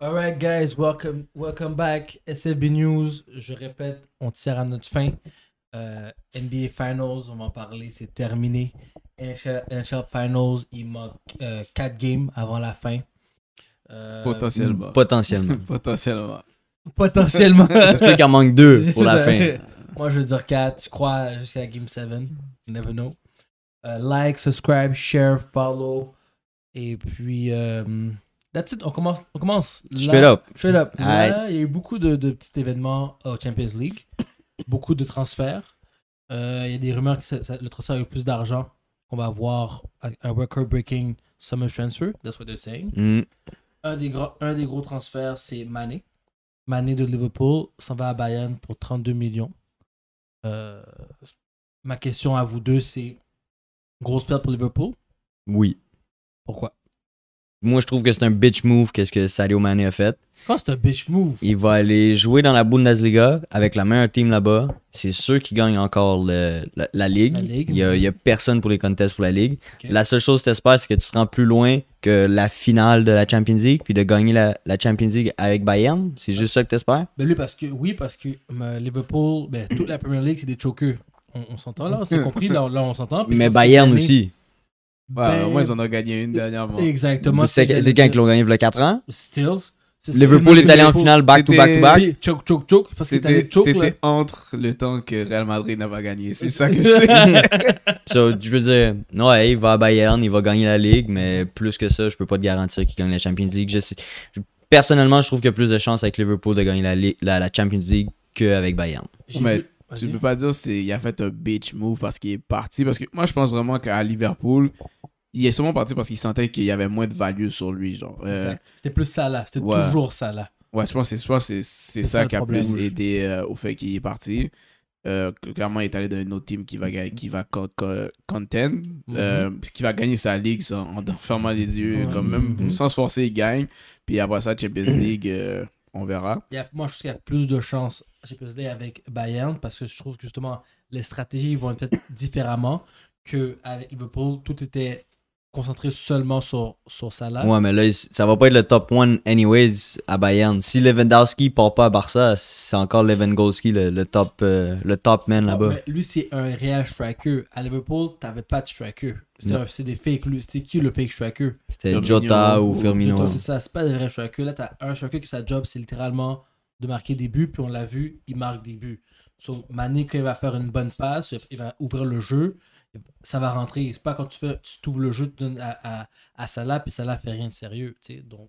Alright guys, welcome, welcome back. SLB News, je répète, on tire à notre fin. Euh, NBA Finals, on va en parler, c'est terminé. NHL, NHL Finals, il manque 4 games avant la fin. Euh, Potentiellement. Potentiellement. Potentiellement. potentiellement. Ça se peut qu'il en manque deux pour C'est la ça. fin. Moi, je veux dire 4, je crois, jusqu'à la Game 7. You never know. Euh, like, subscribe, share, follow. Et puis, euh, that's it, on commence. On commence. Là- Straight up. Straight up. Aye. Là, il y a eu beaucoup de, de petits événements au Champions League, beaucoup de transferts. Euh, il y a des rumeurs que ça- ça- le transfert a eu plus d'argent qu'on va avoir un- un record-breaking summer transfer. That's what they're saying. Mm. Un des, gros, un des gros transferts, c'est Mané. Mané de Liverpool s'en va à Bayern pour 32 millions. Euh, ma question à vous deux, c'est grosse perte pour Liverpool. Oui. Pourquoi Moi, je trouve que c'est un bitch move qu'est-ce que Sadio Mané a fait. Quand c'est un bitch move, Il va aller jouer dans la Bundesliga avec la meilleure team là-bas. C'est sûr qu'il gagne encore le- la, la ligue. La ligue, il, y a, oui. il y a personne pour les contests pour la ligue. Ok. La seule chose que tu espères, c'est que tu te rends plus loin que la finale de la Champions League, puis de gagner la, la Champions League avec Bayern. C'est juste ça que tu espères. Ben lui, parce que, oui, parce que euh, Liverpool, ben, toute la Premier League, c'est des chokeux. On, on s'entend là, on s'est compris, là, on- là, on s'entend. Puis je Mais pense que cette Bayern année- aussi. Ouais, Ben, Bah, au moins, ils en ont gagné une dernièrement. Exactement. C'est c'est quand qu'ils l'ont gagné il y a 4 ans. Stills. C'est- c'est- Liverpool c'est- est allé en Liverpool, finale back to back to back. Puis, choke, choke, choke. Parce que t'as C'était des choke, là. c'était entre le temps que Real Madrid n'a pas gagné. C'est ça que je sais. So, je veux dire, ouais, il va à Bayern, il va gagner la Ligue, mais plus que ça, je peux pas te garantir qu'il gagne la Champions League. Je sais- je- personnellement, je trouve qu'il y a plus de chances avec Liverpool de gagner la, Ligue- la, la Champions League qu'avec Bayern. J'ai Mais vu- Tu Vas-y. peux pas dire c'est- il a fait un bitch move parce qu'il est parti. Parce que moi, je pense vraiment qu'à Liverpool, il est sûrement parti parce qu'il sentait qu'il y avait moins de value sur lui. Genre. Euh, Exact. C'était plus ça là. C'était ouais. toujours ça là. ouais, je pense que c'est- je pense que c'est C'est c'est ça ça, le qui a problème. plus aidé euh, au fait qu'il est parti. Euh, clairement, il est allé dans une autre team qui va, ga- qui va con- con- contend, Mhm. euh, qui va gagner sa ligue sans- en, en fermant les yeux, Ouais. quand même, Mhm. sans se forcer, il gagne. Puis après ça, Champions League, euh, on verra. Il y a- moi, je trouve qu'il y a plus de chances à Champions League avec Bayern parce que je trouve que justement, les stratégies vont être faites différemment qu'avec Liverpool. Tout était concentré seulement sur, sur ça là. Ouais, mais là, il- ça va pas être le top 1 anyways à Bayern. Si Lewandowski part pas à Barça, c'est encore Lewandowski le, le top, euh, le top man Non, là-bas. Ah, mais lui, c'est un réel striker. À Liverpool, t'avais pas de striker. C'est Non. un- c'est des fakes. Lui, C'était qui le fake striker C'était Firmino Jota ou ou Firmino. Plutôt, C'est ça, c'est pas des vrais strikers. Là, t'as un striker qui sa job, c'est littéralement de marquer des buts. Puis on l'a vu, il marque des buts. So, Mané, quand il va faire une bonne passe, il va ouvrir le jeu, ça va rentrer. C'est pas quand tu fais, tu t'ouvres le jeu, tu donnes à, à, à Salah, puis Salah fait rien de sérieux. tu sais. Donc,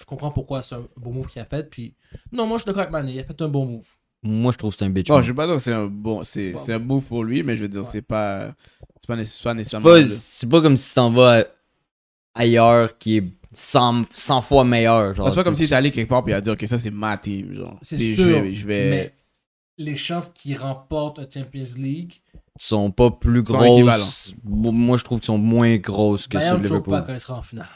je comprends pourquoi c'est un bon move qu'il a fait. Puis, non, moi, je suis d'accord avec Mané. Il a fait un bon move. Moi, je trouve que c'est un bitch. Bon, move. je veux pas dire que c'est un bon, c'est Bon. c'est un move pour lui, mais je veux dire, Ouais. c'est pas, c'est pas, né- c'est pas nécessairement. pas- le- c'est pas comme si tu t'en vas à- ailleurs qui est 100, 100 fois meilleur. genre, C'est pas tu- comme si tu- t'es allé quelque part puis à dire que ça c'est ma team, genre. C'est Puis sûr, Je vais, je vais- Mais les chances qu'il remporte un Champions League, sont pas plus Sont équivalents. grosses. Mo- Moi, je trouve qu'ils sont moins grosses que ceux Bayern de ne choque Ben, pas Liverpool. quand Bah, il sera en finale.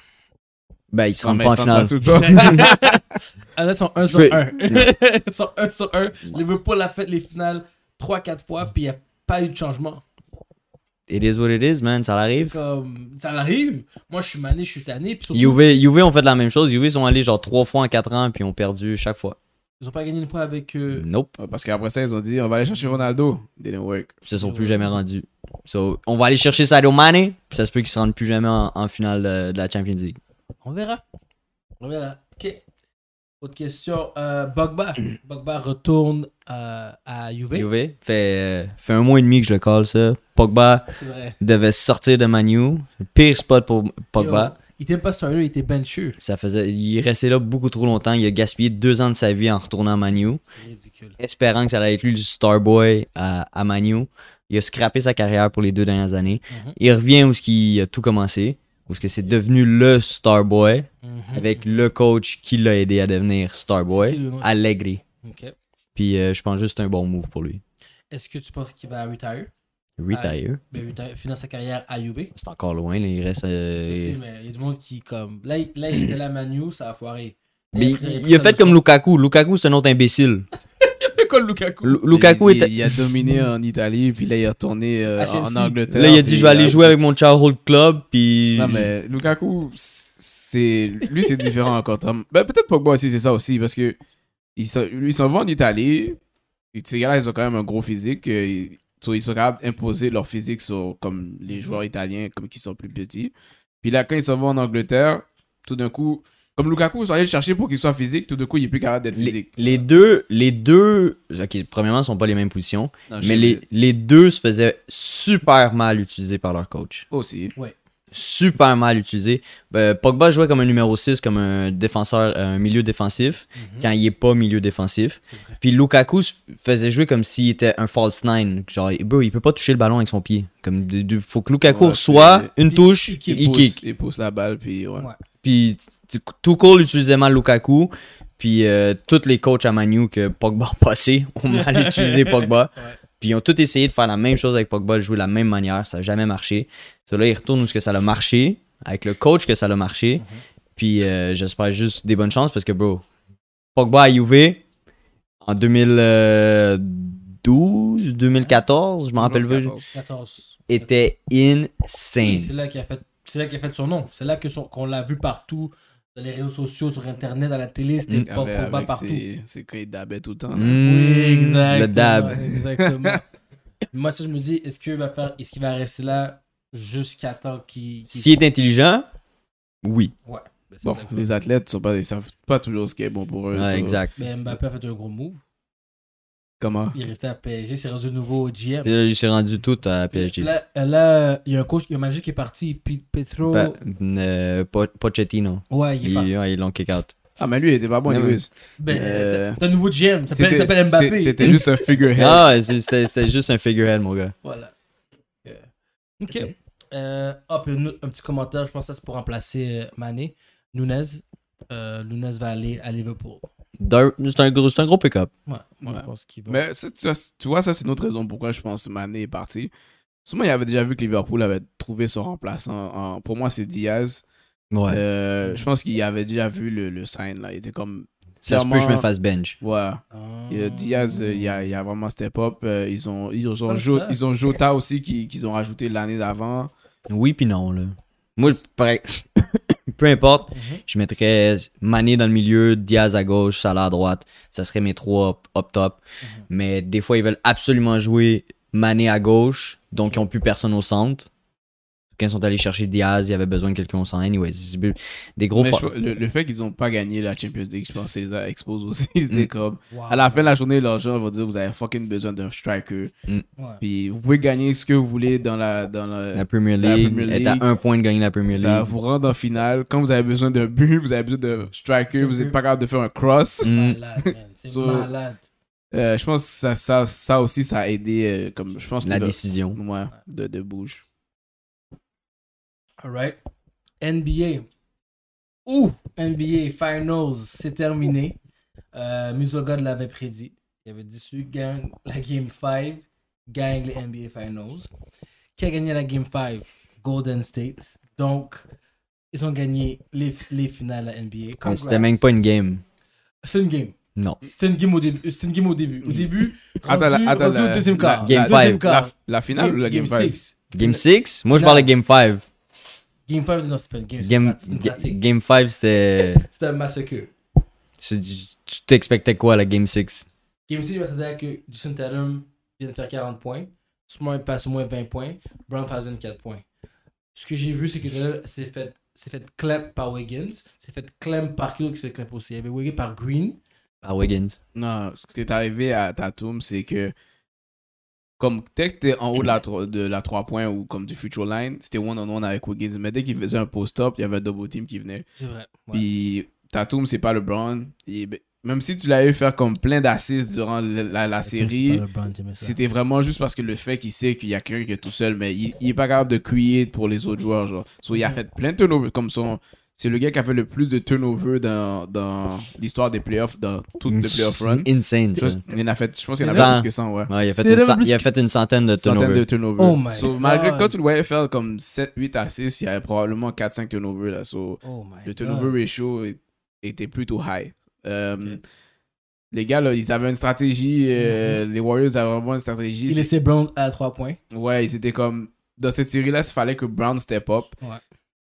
Ben, ils se Non, rendent mais pas en ça prend finale. tout le temps. Ah, là, ils sont 1 sur Oui. 1. Ils sont 1 sur 1. Liverpool a fait les finales 3-4 fois, puis il n'y a pas eu de changement. It is what it is, man. Ça C'est arrive. Comme, ça arrive. Moi, je suis mané, je suis tanné. Puis surtout, UV, UV ont fait la même chose. UV sont allés genre trois fois en quatre ans puis ont perdu chaque fois. ils n'ont pas gagné une fois avec. euh, Nope. Parce qu'après ça, ils ont dit on va aller chercher Ronaldo. Didn't work. Ils se sont Ouais. plus jamais rendus. So, on va aller chercher Sadio Mane. puis ça se peut qu'ils se rendent plus jamais en, en finale de, de la Champions League. On verra. On verra. OK. Autre question. Euh, Bogba. Bogba retourne euh, à UV. UV, fait, euh, fait un mois et demi que je le call ça. Pogba C'est vrai. devait sortir de Manu. Le pire spot pour Pogba. Yo, il n'était pas starter, il était benché. Ça faisait, il restait là beaucoup trop longtemps. Il a gaspillé deux ans de sa vie en retournant à Manu. C'est Ridicule. espérant que ça allait être lui le Starboy à, à Manu. Il a scrappé sa carrière pour les deux dernières années. Mhm. Il revient où ce qui a tout commencé, où ce que c'est devenu le Starboy Mhm. avec le coach qui l'a aidé à devenir C'est qui Starboy, le nom? Allegri. OK. Puis euh, je pense juste que c'est un bon move pour lui. Est-ce que tu penses qu'il va retire? Retire. Ben, retire- finir sa carrière à UV? C'est encore loin, là, il reste. euh, Je sais, mais il y a du monde qui, comme. Là, il, là, il était là à Manu, ça a foiré. mais Et il, après, après, il a ça fait le comme Lukaku. Lukaku, c'est un autre imbécile. sort. C'est quoi le Lukaku Lu- Lukaku il, était. il, il a dominé en Italie, puis là il est retourné euh, À Chelsea. en Angleterre. Là, il a dit puis Je vais aller là- jouer avec mon Charles Club. Puis. Non, mais Lukaku, c'est- c'est lui c'est différent encore Tom. ben, peut-être Pogba aussi c'est ça aussi parce que il s'en- lui il s'en va en Italie Et ces gars-là ils ont quand même un gros physique euh, ils, so, ils sont capables d'imposer leur physique sur comme les joueurs italiens comme qui sont plus petits puis là quand ils s'en vont en Angleterre tout d'un coup comme Lukaku ils sont allés le chercher pour qu'il soit physique tout d'un coup il est plus capable d'être Les, physique les deux, les deux, ok, premièrement, ils sont pas les mêmes positions, Non, Ah, je mais sais les, pas. les deux se faisaient super mal utiliser par leur coach. aussi super mal utilisé. Euh, Pogba jouait comme un numéro 6, comme un défenseur, euh, un milieu défensif, Mhm. quand il est pas milieu défensif. C'est vrai. Puis Lukaku se faisait jouer comme s'il était un false nine. Genre, il- bro, il peut pas toucher le ballon avec son pied. Comme, de- de- faut que Lukaku Ouais, reçoit une Il- touche, il il, kick. pousse, kick. il pousse la balle puis ouais. Ouais. Puis t- t- tout court utilisait mal Lukaku. Puis euh, tous les coachs à Manu que Pogba a passé ont mal utilisé Pogba. Ouais. Puis ils ont tous essayé de faire la même chose avec Pogba, de jouer de la même manière. Ça n'a jamais marché. So, là, ils retournent où ce que ça a marché, avec le coach que ça a marché. Puis euh, j'espère juste des bonnes chances parce que, bro, Pogba à UV en euh, 2012, 2014, je m'en rappelle plus, 14. 14. était Oui, insane. C'est là qu'il a fait c'est là qu'il a fait son nom. C'est là que son- qu'on l'a vu partout dans les réseaux sociaux, sur internet, à la télé, c'était Mm. Pogba Avec- Pogba avec partout. ses- ses cris d'abet tout le temps là. Oui, Mm, exactement. Le dab. Exactement. Moi, ça, je me dis, est-ce qu'il va faire, est-ce qu'il va rester là jusqu'à temps qu'il. qu'il- S'il est intelligent, oui. Ben, c'est Bon, ça que- les athlètes sont pas, ils savent pas toujours ce qui est bon pour eux. Ouais, so- exact. Mais Ben, Mbappé a fait un gros move. Comment Il est resté à PSG, c'est rendu nouveau au GM. Puis là, il s'est rendu tout euh, à PSG. Là, là, il y a un coach, il y a un manager qui est parti, Pete Petro. Ben, Pa- euh, Po- Pochettino. ouais, il est Ils parti. ouais, ils l'ont kick out. Ah, mais lui, il était pas bon, Non, mais- anyways. Ben, Euh, t'as- t'as un nouveau GM, il s'appelle C'était- il s'appelle Mbappé. c'est- C'était juste un figurehead. Ah, c'est- c'était c'était juste un figurehead, mon gars. Voilà. Euh, ok. Euh, hop, un, autre- un petit commentaire, je pense que ça c'est pour remplacer euh, Mané. Nunez. Euh, Nunez va aller à Liverpool. Dar- C'est un, gros- c'est un gros pick-up. Ouais, moi, Ouais. je pense qu'il va. Mais ça, tu vois, tu vois, ça, c'est une autre raison pourquoi je pense que Mané est parti. Sûrement, il avait déjà vu que Liverpool avait trouvé son remplaçant. en- pour moi, c'est Diaz. Ouais. Euh, je pense qu'il avait déjà vu le, le sign. Là. Il était comme. ça se peut que je me clairement- fasse bench. Ouais. Ah. Et, euh, Diaz, euh, il y a, il y a vraiment step up. Euh, ils, ont, ils, ont Comme Jo- ça. ils ont Jota aussi qui- qu'ils ont rajouté l'année d'avant. Oui, puis non, là. Moi, pareil. peu importe, Mhm. je mettrais Mané dans le milieu, Diaz à gauche, Salah à droite. Ça serait mes trois up- up top. Mhm. Mais des fois, ils veulent absolument jouer Mané à gauche, donc ils n'ont plus personne au centre. Quand ils sont allés chercher Diaz, il y avait besoin de quelqu'un au centre. Anyways, c'est des gros Mais fa- je- le, le fait qu'ils n'ont pas gagné la Champions League, je pense que ça les a exposés aussi. C'était Mm. comme. Wow. À la fin de la journée, leurs gens vont dire vous avez fucking besoin d'un striker. Ouais. Puis vous pouvez gagner ce que vous voulez dans la. Dans la- La Premier La League, Premier est à League. un point de gagner la Premier League. ça vous rendre en finale. Quand vous avez besoin d'un but, vous avez besoin d'un striker, vous n'êtes pas capable de faire un cross. Mm. Malade, man. C'est So- malade. Euh, je pense que ça, ça, ça aussi, ça a aidé. euh, comme, je pense que La le- décision. ouais, de, de bouge. Alright. NBA. Ouh! NBA Finals, c'est terminé. Euh, Musogod l'avait prédit. Il avait dit celui qui gagne la Game 5 gagne les NBA Finals. Qui a gagné la Game 5? Golden State. Donc, ils ont gagné les, les finales à NBA. Mais C'était Congrats. même pas une game. C'est une game. Non. C'était une game au début. C'était une game au début. Mm. Au début, rendu, Attends, la- attends, rendu la- au deuxième quart. la- Game deuxième five. quart. La, la finale ou la game 5 six. Game 6 Moi, je Non. parlais Game 5. Game 5, non, c'est pas une game. c'est Game, une pratique- une pratique. game 5, c'était. C'était un massacre. c'est du- Tu t'expectais quoi, la Game 6 Game 6, je m'attendais à que Jason Tatum vienne faire 40 points. Smart passe au moins 20 points. Brown fasse 24 points. Ce que j'ai vu, c'est que Tatum s'est fait, s'est fait clamp par Wiggins. S'est fait clamp par qui d'autre qui s'est fait clamp aussi. Il y avait Wiggins par Green. Par Wiggins. Non, ce qui est arrivé à Tatum, c'est que. Comme texte était en haut de la, tro- de la 3 points ou comme du future line, c'était one-on-one avec Wiggins. Mais dès qu'il faisait un post-up, il y avait un double team qui venait. C'est vrai. Puis Tatum, c'est pas LeBron. Et ben, même si tu l'avais fait comme plein d'assises durant la, la- la série, c'était vraiment juste parce que le fait qu'il sait qu'il y a quelqu'un qui est tout seul, mais il, il est pas capable de create pour les autres joueurs. Genre. So, il a fait plein de turnovers comme son. C'est le gars qui a fait le plus de turnovers dans, dans l'histoire des playoffs, dans toutes les playoff run. C'est Insane, Je ça. pense- Il en a fait, je pense qu'il en a Dans- fait plus que 100, ouais. Ouais, il, a fait Tatum une cent- plus il a fait une centaine de Centaines de turnovers. turnovers. Oh my So, malgré God. quand tu le voyais faire comme 7, 8 à 6, il y avait probablement 4-5 turnovers là. So, Oh my le God. turnover ratio est- était plutôt high. Euh, Les gars, là, ils avaient une stratégie. euh, Les Warriors avaient vraiment une Mm-hmm. stratégie. Il C'est- laissait Brown à 3 points. Ouais, ils étaient comme. Dans cette série-là, il fallait que Brown step up. Ouais.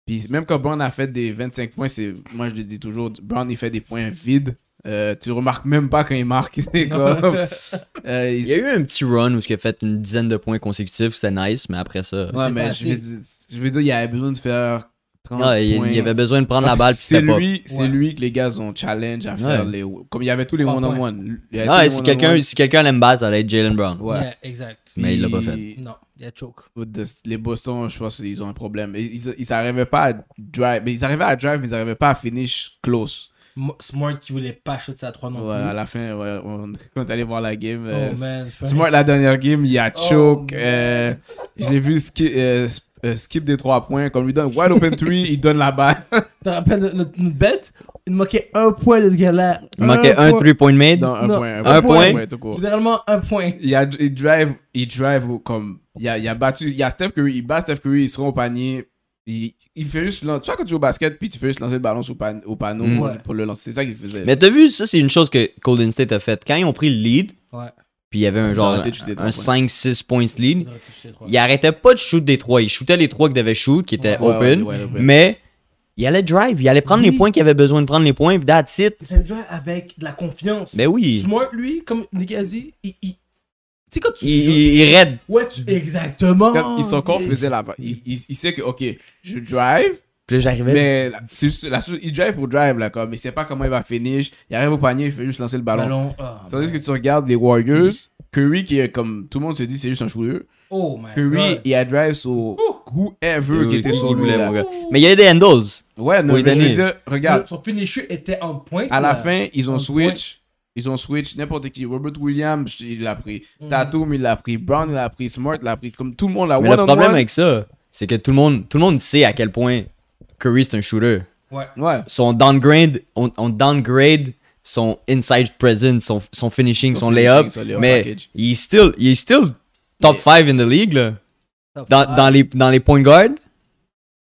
Puis même quand Brown a fait des 25 points, c'est moi je le dis toujours, Brown il fait des points vides. Euh, tu remarques même pas quand il marque. C'est comme. Euh, Il y a eu un petit run où il a fait une dizaine de points consécutifs, c'était nice, mais après ça. Ouais, mais pas je veux, assez. dire, je veux dire, il avait besoin de faire 30 Ah, il, points. il avait besoin de prendre la Parce balle, que puis c'est c'était pas. lui, c'est Ouais. lui que les gars ont challenge à faire les. Comme il y avait tous les Trois one-on-one. Il y avait tous Ah, les si one-on-one. quelqu'un si quelqu'un l'aime battre, ça allait être Jalen Brown. Ouais. Yeah, exact. Mais il l'a pas Puis- Non, il y a choke. de- les Boston, je pense qu'ils ont un problème. Ils ils n'arrivaient pas à drive, mais ils arrivaient à drive, mais ils n'arrivaient pas à finish close. Mo- Smart qui voulait pas shooter à 3 non Ouais, à plus. la fin, ouais, on, quand t'es allé voir la game, euh, oh man. Frank. Smart, la dernière game, il a Oh, choke. man. euh, je l'ai vu ski- euh, sp- euh, skip des trois points. Comme lui donne wide open three, il donne la balle. Tu te rappelles notre, notre bête Il manquait un point de ce gars-là. Il manquait un point. 3-point mid. Non, un Non, point. un point. tout court. Littéralement un point. Il, a, il drive, il drive au- comme. Il a, il a battu. Il y a Steph Curry, il bat Steph Curry, il se rend au panier. Il, il fait juste. lan- Tu vois, quand tu joues au basket, puis tu fais juste lancer le ballon sous pan- au panneau Mm. pour, Ouais. pour le lancer. C'est ça qu'il faisait. Mais t'as vu, ça c'est une chose que Golden State a faite. Quand ils ont pris le lead, Ouais. puis il y avait un Ils ont genre arrêté de shooter des un trois 5-6 points de lead, Ils auraient pu shooter trois. il arrêtait pas de shoot des trois. Il shootait les trois qu'il devait shoot, qui étaient Ouais, Ouais, ouais, open, ouais, open. mais il allait drive, il allait prendre Oui. les points qu'il avait besoin de prendre les points, puis that's it. Ça joue avec de la confiance. Ben oui. Smart, lui, comme Nick a dit, il. il... Tu sais, quand tu. Il, il, il raide. Ouais, tu. Exactement. Quand il son corps Il- faisait la. Il, il, il sait que, ok, je drive, Puis là, j'arrivais. mais la- c'est juste la chose- il drive pour drive, là, comme. Il sait pas comment il va finish. Il arrive au panier, il fait juste lancer le ballon. Ballon. ah, Tandis man. que tu regardes les Warriors, Curry, qui est comme tout le monde se dit, c'est juste un shooter. Oh my Curry, god. il a drive sur whoever qui était Oui, sur il lui, voulait, là. mon gars. Mais il y avait des handles. Ouais, non, Oui, mais je veux Danny. dire, regarde, Le- Son finisher était en pointe. à la là. fin, ils ont Un switch. Ils ont switch n'importe qui. Robert Williams, il l'a pris. Mhm. Tatum, il l'a pris. Brown, il l'a pris. Smart, il l'a pris. Comme tout le monde, la Mais one le on problème one. avec ça, c'est que tout le, monde, tout le monde sait à quel point Curry c'est un shooter. Ouais. Ouais. Son downgrade, on, on downgrade son inside presence, son, son finishing, Son son, finishing, layup. son layup mais package. il est still, il est still top 5 in the league. Là. Dans, Ah, dans les, dans les point guard,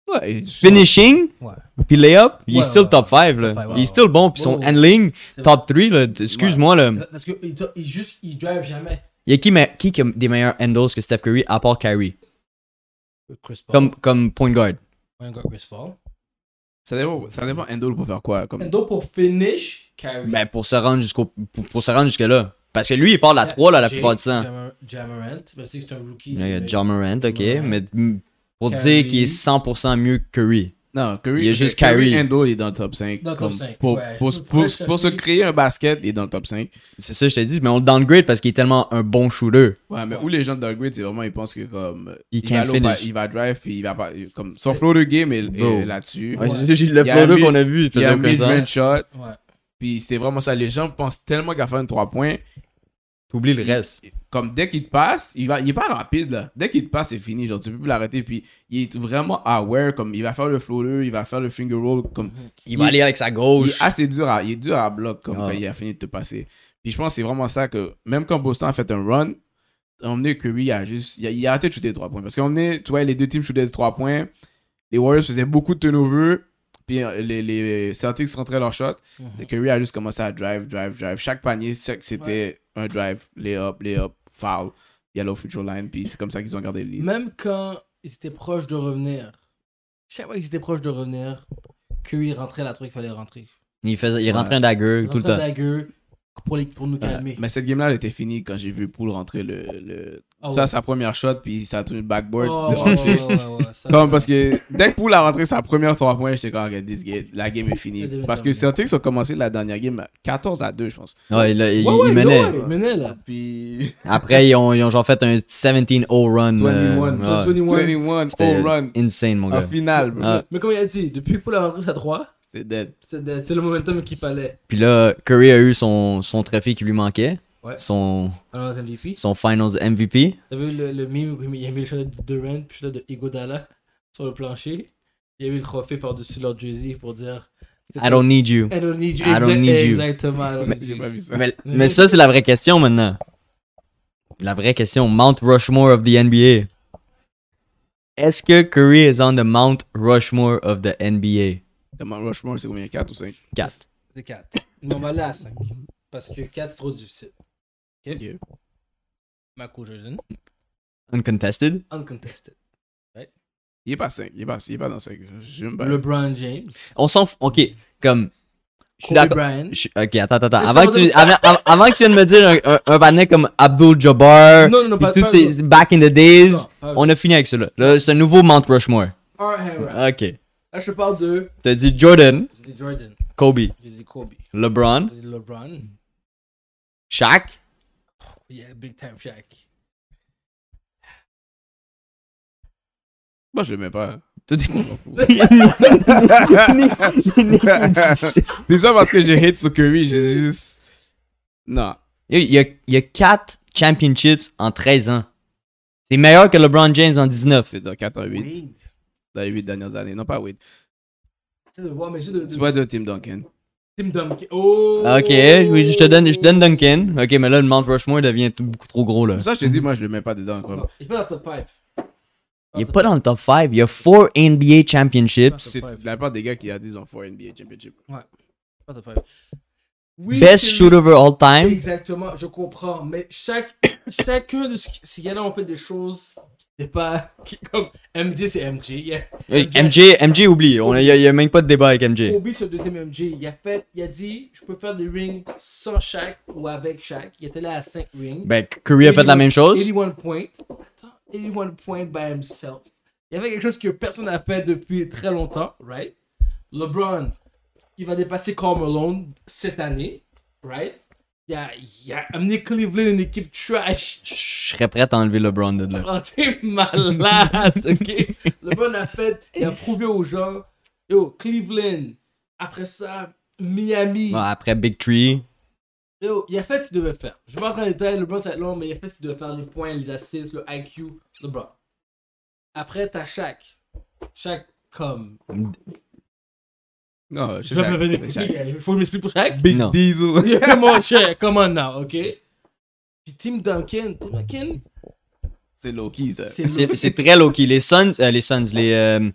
ouais ils sont- finishing, Ouais. puis layup, il Ouais, est still ouais, top 5. Top Là. five, ouais, il ouais. est still bon, puis son Ouais, ouais. handling, C'est top 3. Là. Excuse-moi, là. C'est vrai, Parce que il do- il juste, il drive jamais. il y a qui, me- qui qui a des meilleurs handles que Steph Curry à part Curry, Euh, Chris Paul. comme, comme point guard? On got Chris Paul. Ça dépend, ça dépend Endol pour faire quoi. Comme... Endo pour finish, Kyrie. Ben, pour se rendre jusqu'au pour, pour se rendre jusque là. Parce que lui, il part la 3 là, la plupart du temps. Jamarant. Je sais que c'est un rookie. Il y a mais- John Morant, ok, Ouais. mais mm, pour Kyrie. dire qu'il est 100% mieux que Curry. Non, Curry, Il y a juste Curry. Kyrie. Endo, il est dans le top 5. Dans le top comme, 5, Pour, ouais. pour, Je peux pour, pas pour se chercher. créer un basket, il est dans le top 5. C'est ça, je t'ai dit, mais on le downgrade parce qu'il est tellement un bon shooter. Ouais, mais Ouais. où les gens de grid, c'est vraiment, ils pensent que comme. Il va can't aller au pa- finish. il va drive, puis il va pas. Comme, son flow de game est, Bro. est là-dessus. Ouais, j'ai- j'ai le Il y a photo mid- qu'on a vu, il Il y faisait a un aucun mid-range sens. shot, Ouais. puis c'est vraiment ça. Les gens pensent tellement qu'à faire une 3 points, T'oublies le reste. comme dès qu'il te passe, il, va, il est pas rapide là. Dès qu'il te passe, c'est fini. Genre, tu peux plus l'arrêter. Puis il est vraiment aware. Comme il va faire le floater, il va faire le finger roll. Mm-hmm. Comme, Il va Il- aller avec sa Oh, il gauche. est assez dur à, il est dur à bloc comme Ah. quand il a fini de te passer. Puis je pense que c'est vraiment ça que, même quand Boston a fait un run, à un moment donné, Curry a juste. Il a, il a arrêté de shooter des 3 points. Parce qu'à un moment donné, tu vois, les deux teams shootaient des 3 points. Les Warriors faisaient beaucoup de turnovers. Puis euh, les, les Celtics rentraient leur shot. Mhm. Curry a juste commencé à drive, drive, drive. Chaque panier, chaque- c'était un drive, les up, les up, foul, yellow future line, puis c'est comme ça qu'ils ont gardé le lead. Même quand ils étaient proches de revenir, chaque fois qu'ils étaient proches de revenir, Curry rentrait la truc qu'il fallait rentrer. Il, faisait, il Ouais. rentrait un dagger Il tout le rentrait temps. dagueux pour, les, pour nous calmer. Mais cette game-là, elle était finie quand j'ai vu Poole rentrer le. le... Ah Ça, ouais. sa première shot, puis ça a tourné le backboard. Oh, c'est rentré. ouais, ouais, ouais, ouais, ça, Comme parce que dès que Poole a rentré sa première 3 points, j'étais comme, regarde, this game, la game est finie. Elle devait Parce que terminer. Celtics ont commencé la dernière game à 14 à 2, je pense. Ouais, il, il- Ouais, il ouais, menait. ouais, il menait, là. Puis. Après, ils ont, ils ont genre fait un 17-0 run. euh, 21, ouais. 21. 21, C'était all run, insane, mon en gars. finale, bro. Ah. Mais comme il a dit, depuis que Paul a rentré sa 3, C'est dead. c'est de- c'est le momentum qu'il fallait. Puis là, Curry a eu son, son trophée qui lui manquait. Ouais. Son, Alors, les MVP. son Finals MVP. T'as vu le, le meme où il y a mis le chandail de Durant puis le chandail de Igodala sur le plancher. Il y a mis le trophée par-dessus leur jersey pour dire I don't need you. I don't need you. I don't Exact- need you. Exactement. I don't need J'ai you. pas vu ça. Mais, mais ça, c'est la vraie question maintenant. La vraie question. Mount Rushmore of the NBA. Est-ce que Curry is on the Mount Rushmore of the NBA? Demande Rushmore, c'est combien 4 ou 5 Cast. C'est 4. Mais on va aller à 5. Parce que 4, c'est trop difficile. Ok. Ok. Michael Jordan, Uncontested? uncontested. Il est pas 5. Il est pas, il est pas dans 5. J'aime pas. Ben. LeBron James. On s'en fout. Ok, comme. Je suis Kobe d'accord. Bryant. Je suis- Ok, attends, attends, attends. Mais Avant ça que, veut tu, dire- avant, av- avant que tu viennes me dire un, un, un panel comme Abdul Jabbar, Non, non, non, puis pas- tous pas- ces back in the days, Non, pas- on a fini avec cela. Là, c'est un nouveau Mount Rushmore. R. Herrera. Ok. Là, je te parle de. T'as dit Jordan, J'ai dit Jordan. Kobe, J'ai dit Kobe. LeBron, J'ai dit LeBron. Shaq. Yeah, big time Shaq. Moi, je le mets pas. Tout- C'est soit parce que j'ai hate sur Curry, j'ai juste. Non. Il y a, il y a 4 championships en 13 ans. C'est meilleur que LeBron James en 19. Je veux dire 4 à 8. Wade. Dans les 8 dernières années. Non, pas 8. C'est de voir, mais c'est de. Tu de- vois de Tim Duncan. Tim Duncan. Oh! Ah, Ok, oui, je te donne, je te donne Duncan. Ok, mais là, le Mount Rushmore devient tout- beaucoup trop gros, là. Pour ça, je te dis, moi, je le mets pas dedans. quoi. Non, Il est pas dans le top 5. Il est pas dans le top 5. Il y a 4 NBA championships. C'est five. la part des gars qui a dit qu'ils ont 4 NBA Championship. Pas top 5. Oui, Best c'est- shooter all time. Exactement, je comprends. Mais chaque, chacun de ce qui- S'il y en a, on fait des choses. C'est pas. qui- Comme MJ, c'est MJ. Il y a- Oui, MJ, MJ oublie. On a- Il n'y a, il y a même pas de débat avec MJ. Kobe, c'est le deuxième MJ. Il a, fait, il a dit je peux faire des rings sans Shaq ou avec Shaq. Il était là à 5 rings. Ben, Curry a fait la même chose. 81 points. Attends, 81 points by himself. Il y avait quelque chose que personne n'a fait depuis très longtemps, right? LeBron, il va dépasser Karl Malone cette année, right? Il a, il a amené Cleveland une équipe trash. Je serais prêt à enlever LeBron de là. Oh, t'es malade, ok? LeBron a fait, il a prouvé aux gens, yo, Cleveland, après ça, Miami. Bon, après Big Tree. Yo, il a fait ce qu'il devait faire. Je vais pas rentrer dans les détails, LeBron, ça va être long, mais il a fait ce qu'il devait faire les points, les assists, le IQ, LeBron. Après, t'as Shaq. Shaq, comme. Non, je Je vais pas sais venir. Faut que je m'explique pour Shaq. Big non. Diesel. come on, Shaq, come on now, ok? Puis Tim Duncan, Tim Duncan, C'est Loki, ça. c'est euh, C'est le- c'est très low-key. Les Suns, euh, les Suns, les. euh,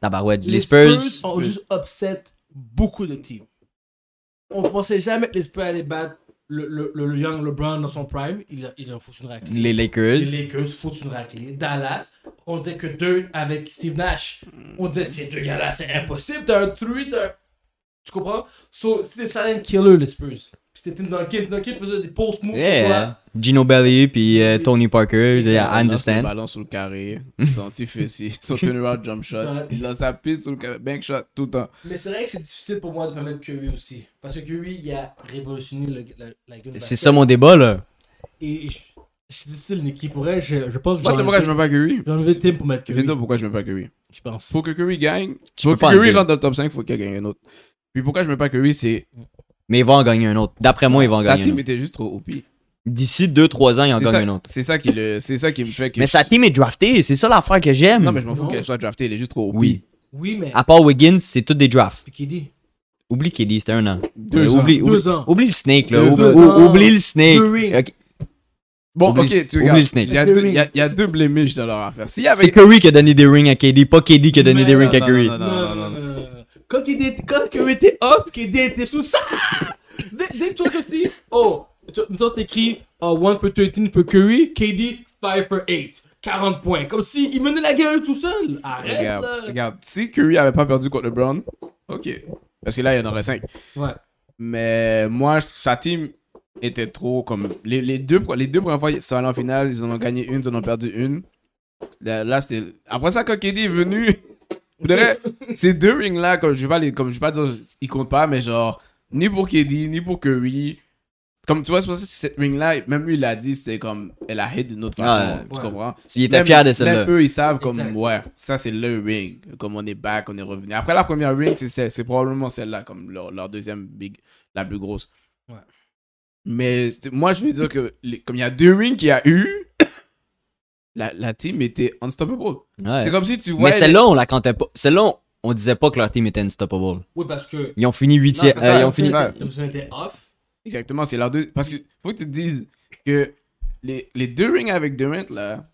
tabarouette, les, Spurs. ont juste upset beaucoup de teams. On pensait jamais que les Spurs allaient battre le, le, le, le Young LeBron dans son prime. Il, il en fout une raclée. les Lakers. Les Lakers foutent une raclée. Dallas, on disait que deux avec Steve Nash. On disait ces deux gars-là, c'est impossible. T'as un 3, t'as un. Tu comprends? So, c'était Silent Killer, les Spurs. Puis c'était Tim Duncan. Tim Duncan faisait des post moves sur toi. Yeah. Gino Belli, puis euh, Tony Parker. Exactement. I Le understand. ballon sur le carré. Son petit fessier. Son turnaround jump shot. Il lance sa pile sur le carré. Bank shot tout le temps. Mais c'est vrai que c'est difficile pour moi de permettre Curry aussi. Parce que Curry, il a révolutionné le, la, la game. C'est ça mon débat, là. Et je, je suis difficile, Nicky. Pour elle, je, je pense que Moi, je sais pas pourquoi je mets pas Curry. j'ai enlevé Tim pour mettre Je vais Curry. te dire pourquoi je mets pas Curry. Je pense. Faut que Curry gagne. Tu Faut peux que pas Curry enlever. rentre dans le top 5, faut qu'il gagne un autre. Puis pourquoi je mets pas Curry, c'est. Mais ils vont en gagner un autre. D'après moi, ils vont en Sa gagner un team autre. était juste trop OP. D'ici 2-3 ans, ils en C'est gagnent ça- un autre. C'est ça qui le. C'est ça qui me fait que. Mais sa team est draftée. C'est ça l'affaire que j'aime. Non, mais je m'en fous Non. qu'elle soit draftée, elle est juste trop OP. Oui. Oui, mais. À Ah. part Wiggins, c'est toutes des drafts. Puis qui dit Oublie KD, c'était un an. Deux Ouais, ans. Oublie, Deux oublie- ans. oublie le snake, là. Deux Oublie, ans. ou- oublie le snake. Deux rings. Ok. Bon, Oublie- ok, tu oublie regardes. le snake. Il y a Curry. deux- il y a- il y a deux blémiches dans leur affaire. S'il y C'est avait. Curry qui a donné des rings à KD, pas KD qui a donné Mais des non, rings à non, Curry. non, non, Non, non, non, non, non. Euh, Quand Kidé était, quand Curry était off, Kidé était sous ça. Dès, dès que toi tu aussi, oh, tu- mettons c'est écrit 1 for 13 for Curry, KD 5 for 8. 40 points. Comme si il menait la guerre tout seul. Arrête Regarde, là. regarde. Si Curry avait pas perdu contre LeBron, ok. Parce que là, il y en aurait cinq. Ouais. Mais moi, je- sa team était trop comme. Les, les deux, les deux premières fois, ils sont allés en finale, ils en ont gagné une, ils en ont perdu une. Là, là, c'était. Après ça, quand KD est venu, pour de vrai, ces deux rings-là, comme je vais pas les- comme je vais pas dire, ils comptent pas, mais genre, ni pour KD, ni pour Curry. Comme tu vois, c'est pour ça que cette ring-là, même lui, il l'a dit, c'était comme. Elle a hit d'une autre façon. Ouais. Tu Ouais. comprends? Il était Même- fier de celle-là. Même eux, ils savent comme, Exact. ouais, ça c'est le ring. Comme on est back, on est revenu. Après la première ring, c'est celle- c'est probablement celle-là, comme leur, leur deuxième big, la plus grosse. Ouais. Mais c'est- moi, je veux dire que, les- comme il y a deux rings qu'il y a eu, la, la team était unstoppable. Ouais. C'est comme si tu vois. Mais celle-là, on la comptait pas. Celle-là, on, on disait pas que leur team était unstoppable. Oui, parce que. Ils ont fini 8 Non, c'est ça, ils ont c'est fini. ça. Thompson était off. Exactement, c'est leur deux. Parce que faut que tu te dises que les, les deux rings avec Durant, là,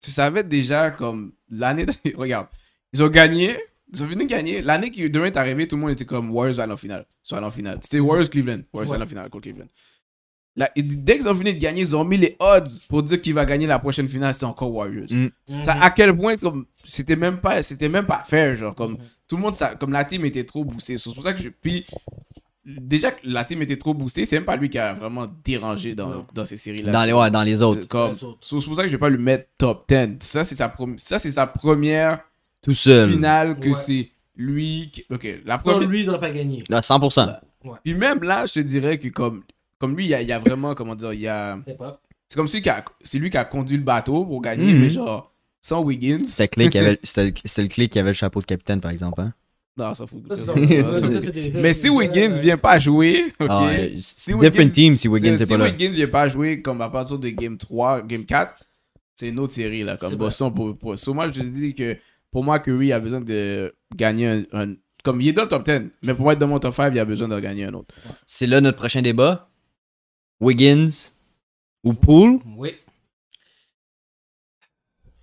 tu savais déjà comme l'année. Regarde, ils ont gagné. Ils ont fini de gagner. L'année que Durant est arrivé, tout le monde était comme Warriors va aller en finale. Soit en finale. C'était Warriors Cleveland. Warriors Ouais. va aller en finale contre Cleveland. La- dès qu'ils ont fini de gagner, ils ont mis les odds pour dire qu'il va gagner la prochaine finale, c'est encore Warriors. Mm. Ça, Mhm. à quel point, comme, c'était même pas, c'était même pas fair, genre, comme, Mhm. tout le monde, ça, comme la team était trop boostée. C'est pour ça que je, puis, déjà que la team était trop boostée, c'est même pas lui qui a vraiment dérangé dans, dans ces séries-là. Dans les, ouais, dans les autres. C'est comme- Les autres. c'est pour ça que je vais pas lui mettre top 10. Ça, c'est sa, prom- ça, c'est sa première Tout seul. finale que Ouais. c'est lui qui, ok, la Sans première. lui, il n'aurait pas gagné. Là, 100%. Puis même là, je te dirais que comme, comme lui, il y a, il y a vraiment, comment dire, il y a, C'est pas. c'est comme si qui a- c'est lui qui a conduit le bateau pour gagner, Mhm. mais genre, sans Wiggins. C'était Clay qui avait- c'était le c'était le clic qui avait le chapeau de capitaine, par exemple. hein. Non, ça fout. Ça, c'est ça. ça fout- Ouais, ça, ça fout- c'est des- Mais si des- Wiggins euh, vient pas jouer, ok. Ah, ouais, Si different Wiggins- team si Wiggins si n'est pas là. Wiggins vient pas jouer comme à partir de game 3, game 4, c'est une autre série là, comme C'est Boston pour, pour- so, moi je te dis que pour moi Curry a besoin de gagner un, un- comme il est dans le top 10, mais pour être dans mon top 5, il a besoin de gagner un autre. C'est là notre prochain débat. Wiggins ou Poole Oui.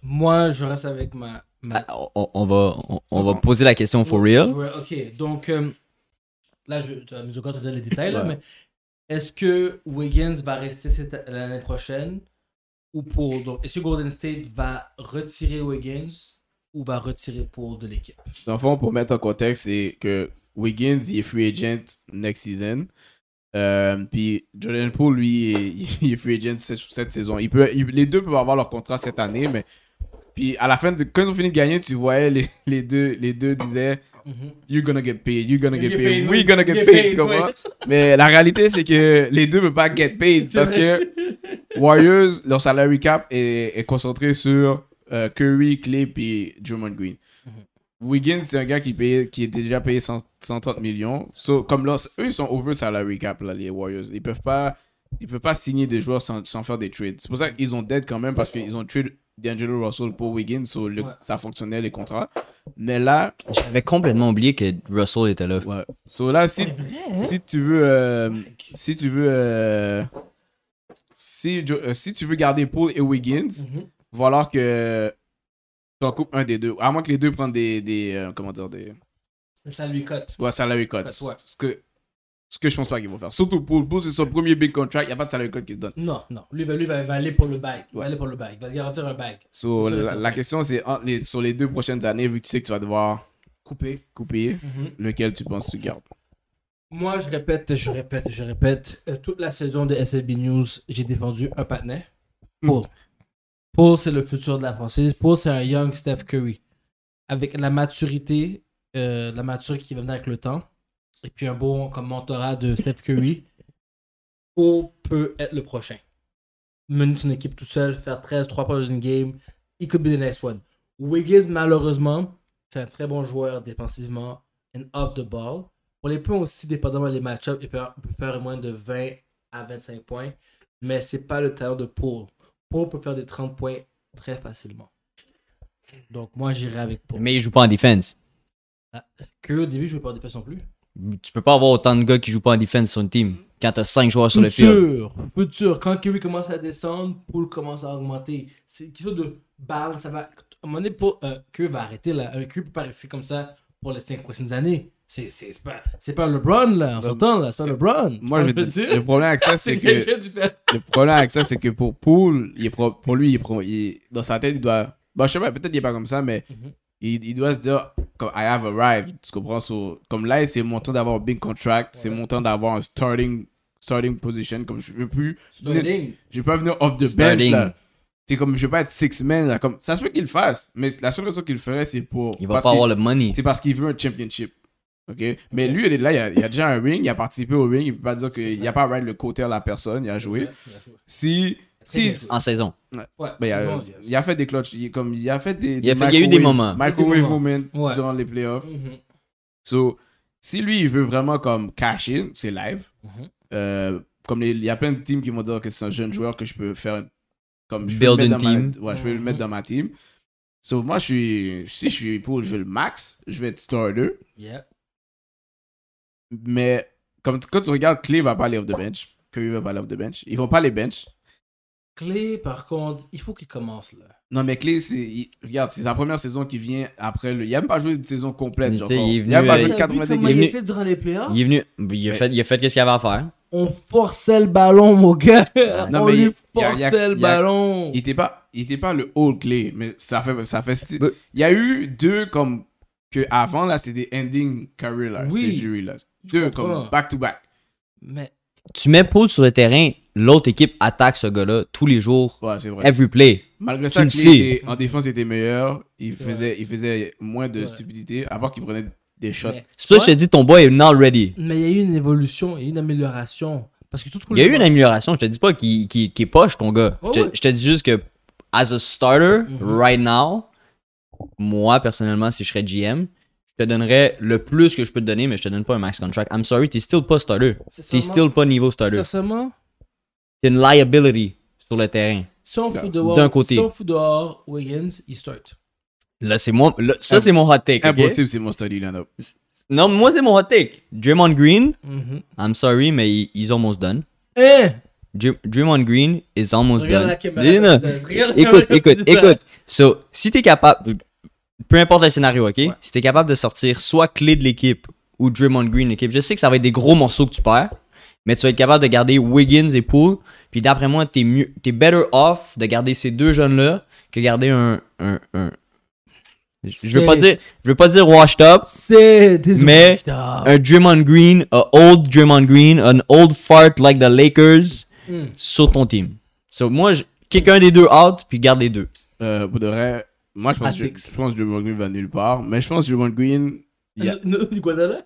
Moi, je reste avec ma. ma- Ah, on, on va, on, on C'est va bon. poser la question Oh, for Ouais, real. ouais, ok, donc euh, là, je, tu vas me dire quand tu donnes les détails, là, Ouais. mais est-ce que Wiggins va rester cette- l'année prochaine ou pour. Donc, est-ce que Golden State va retirer Wiggins ou va retirer pour de l'équipe Dans le fond, pour mettre en contexte, c'est que Wiggins, il est free agent next season. Euh, puis Jordan Poole, lui, il est- il est free agent cette, cette saison. Il peut, il- les deux peuvent avoir leur contrat cette année, mais puis à la fin, de, quand ils ont fini de gagner, tu voyais les, les deux, les deux disaient You're gonna get paid, you're gonna Mm-hmm. get paid, we're gonna get paid, tu comprends? Mais la réalité, c'est que les deux ne peuvent pas get paid C'est parce que Warriors, leur salary cap est, est concentré sur euh, Curry, Clay puis Drummond Green. Mhm. Wiggins, c'est un gars qui, paye- qui est déjà payé 100 130 millions. So, comme leur- eux, ils sont over salary cap, là, les Warriors. Ils peuvent pas, ils peuvent pas signer des joueurs sans, sans faire des trades. C'est pour ça qu'ils ont dead quand même parce qu'ils ont trade D'Angelo Russell pour Wiggins. So, le- Ouais. ça fonctionnait, les contrats. Mais là, J'avais complètement oublié que Russell était là. ouais. So, là si, Mhm. si tu veux... euh, si tu veux euh, si, Jo- euh, si tu veux garder Paul et Wiggins, Mhm. il va falloir que tu en coupes un des deux. À moins que les deux prennent des, des euh, comment dire des Ça lui cote. ouais, salary cuts. Cuts, ouais. Ce que ce que je pense pas qu'ils vont faire. Surtout Paul, Paul c'est son premier big contract, il n'y a pas de salary cut qui se donne. Non, non. Lui, ben, lui va, va aller pour le bag. Il Ouais. va aller pour le bag. Il va se garantir un bag. So, Ça, la, ça la fait. question c'est entre les- sur les deux prochaines années vu que tu sais que tu vas devoir Coupé. couper, lequel tu penses que tu gardes. Moi, je répète, je répète, je répète. euh, toute la saison de SLB News, j'ai défendu un patinet. Paul. Paul, c'est le futur de la franchise. Paul, c'est un young Steph Curry. Avec la maturité, euh, la maturité qui va venir avec le temps. Et puis un bon comme mentorat de Steph Curry. Paul peut être le prochain. Mener son équipe tout seul, faire 13, 3 points dans une game. He could be the next one. Wiggins, malheureusement, c'est un très bon joueur défensivement and off the ball. Pour les points aussi, dépendamment des match-ups, il peut peut faire moins de 20 à 25 points, mais c'est pas le talent de Paul. Paul peut faire des 30 points très facilement. Donc moi, j'irai avec Paul. Mais il joue pas en defense. Que au début, je ne pas en défense non plus. Tu peux pas avoir autant de gars qui jouent pas en defense sur une team quand t'as 5 joueurs sur le field. futur, futur. Quand Curry commence à descendre, Paul commence à augmenter. C'est une question de balance. Ça va... À un moment donné, Paul, euh, Curry va arrêter là. Un Curry peut pas rester comme ça pour les 5 prochaines années. C'est c'est- c'est pas, c'est pas LeBron là, en sortant là. C'est pas LeBron. Moi je Tu vais vois te ce que dire, le problème avec ça c'est C'est que quelqu'un de différent. Le problème avec ça, c'est que pour Poole, il est pro- pour lui, il est pro- il- dans sa tête, il doit. Bon, je sais pas, peut-être il est pas comme ça, mais Mhm. il, il doit se dire, comme, I have arrived. Tu comprends? So, comme là, c'est mon temps d'avoir un big contract, c'est mon temps d'avoir un starting, starting position. Comme je veux plus. venir- Sterling. Je veux pas venir off the bench, Starting. là. C'est comme, je veux pas être six men, là. Comme, ça se peut qu'il le fasse, mais la seule raison qu'il le ferait, c'est pour. Il va parce pas qu'il- avoir le money. c'est parce qu'il veut un championship. OK? Mais lui, il est là, il a, il a déjà un ring, il a participé au ring, il peut pas dire qu'il n'a pas ride le côté à la personne, il a joué. Si. si bien joué. En saison. Ouais, ben, il, c'est a, bon, yes. il a fait des clutches, il, comme, il a fait des. Il a des fait- il y a eu des microwave- moments. Il y a eu Microwave des moments moments. Ouais. durant les playoffs. Mhm, So, si lui, il veut vraiment comme cash in, c'est live. mhm. Euh, comme les- il y a plein de teams qui vont dire que c'est un jeune joueur que je peux faire comme je peux Build le mettre une dans ma- team. ouais, je peux le mettre dans ma team. So, moi, je suis, si je suis pour, je veux le max, je vais être starter. Yeah. Mais comme tu- quand tu regardes, Clay va pas aller off the bench. Curry va pas aller off the bench. Ils vont pas les bench. Clé, par contre, il faut qu'il commence là. Non, mais Clay, c'est, il- regarde, c'est sa première saison qui vient après le. Il a même pas joué une saison complète. Mais Genre, tu sais, il est il a même venu, pas euh, joué On a vu 90 comment games. il games. était durant les playoffs. Il est venu, il Ah. Mais- a fait, il a fait qu'est-ce qu'il avait à faire. On forçait le ballon, mon gars. Non, on mais lui il- il y a- il y a- forçait le il y a- ballon. Il était pas, il était pas le all Clay, mais ça fait, ça fait style. Mais- Il y a eu deux comme que avant là, c'était des ending career là, Oui. surgery là, deux comprends. comme back to back. Mais Tu mets Paul sur le terrain, l'autre équipe attaque ce gars-là tous les jours, Ouais, c'est vrai. every play. Malgré Eh, tu ça, le Clay sais. était- en défense il était meilleur. Il C'est faisait, il faisait moins de Ouais. stupidité, à part qu'il prenait des shots. mais- C'est pour ça que je te dis, ton boy est not ready. mais il y a eu une évolution, il y a eu une amélioration. Parce que tout ce qu'on Il y a eu une amélioration. amélioration, je te dis pas qu'il qu'il- qu'il est poche ton gars. Oh, je, te, ouais. je te dis juste que, as a starter, Mm-hmm. Mhm. right now, moi personnellement, si je serais GM, je te donnerais le plus que je peux te donner, mais je te donne pas un max contract. I'm sorry, t'es still pas starter. T'es still pas niveau starter. Sincèrement, T'es une liability sur le terrain. si on fout D'un dehors, côté. si on fout dehors, Wiggins, il start. Là, c'est moi. là, ça, c'est mon hot ah, take. ok? Impossible, c'est mon study lineup. Non, moi, c'est mon hot take. Draymond Green, Mhm. I'm sorry, mais he- he's almost done. Hein? Dr- Draymond Green is almost Regarde done. la caméra Non, non. comme tu dis ça. Regarde la Écoute, caméra comme écoute, tu dis ça. écoute. So, si t'es capable, peu importe le scénario, ok? Si t'es capable de sortir soit clé de l'équipe ou Draymond Green l'équipe, je sais que ça va être des gros morceaux que tu perds, mais tu vas être capable de garder Wiggins et Poole. Puis d'après moi, t'es mieux, t'es better off de garder ces deux jeunes-là que garder un, un, un- Je veux pas C'est- dire, je veux pas dire washed up, C'est désolé. Mais- un Draymond Green, un old Draymond Green, an old fart like the Lakers Mm. sur ton team. So, moi, je- kick un des deux out, puis garde les deux. Euh, pour de vrai, moi je pense, que, Athletics. je pense que Draymond Green va nulle part, mais je pense que Draymond Green, il y a- Nous- nous, du Guadalajara?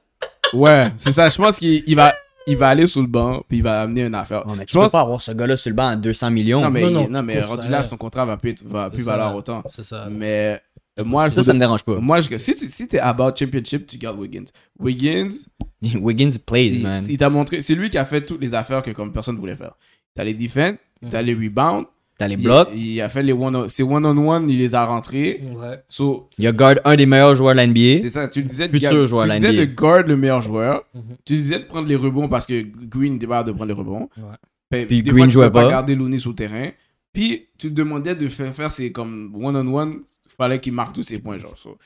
ouais, c'est ça. Je pense qu'il il va, il va aller sur le banc puis il va amener une affaire. Ouais, mais je tu pense, peux pas avoir ce gars-là sur le banc à 200 millions. non mais, Non, il- non, non, tu mais cours rendu ça, là, là. son contrat va plus, être- va plus C'est ça, valoir là. autant. C'est ça. Mais euh, moi, je ça, ça me dérange pas. moi, je- si tu si t'es about championship, tu gardes Wiggins. Wiggins, Wiggins plays, il, man. il t'a montré, c'est lui qui a fait toutes les affaires que comme personne voulait faire. T'as les defense, t'as Mm. les rebounds, T'as les il- blocs. Il, a fait les one, on- ses one on one, il les a rentrés. Ouais. So, Il y a guard un des meilleurs joueurs de C'est l'NBA. ça, tu le disais, de Futur gar- joueur tu à la disais de NBA. guard le meilleur joueur. Mhm. Tu disais de prendre les rebonds parce que Green était pas de prendre les rebonds. Ouais. Puis, Puis des Green fois, tu jouait pouvais pas. garder Looney sous le terrain. Puis tu te demandais de faire, faire ses comme one-on-one. fallait qu'il marque tous ses points. Genre. So,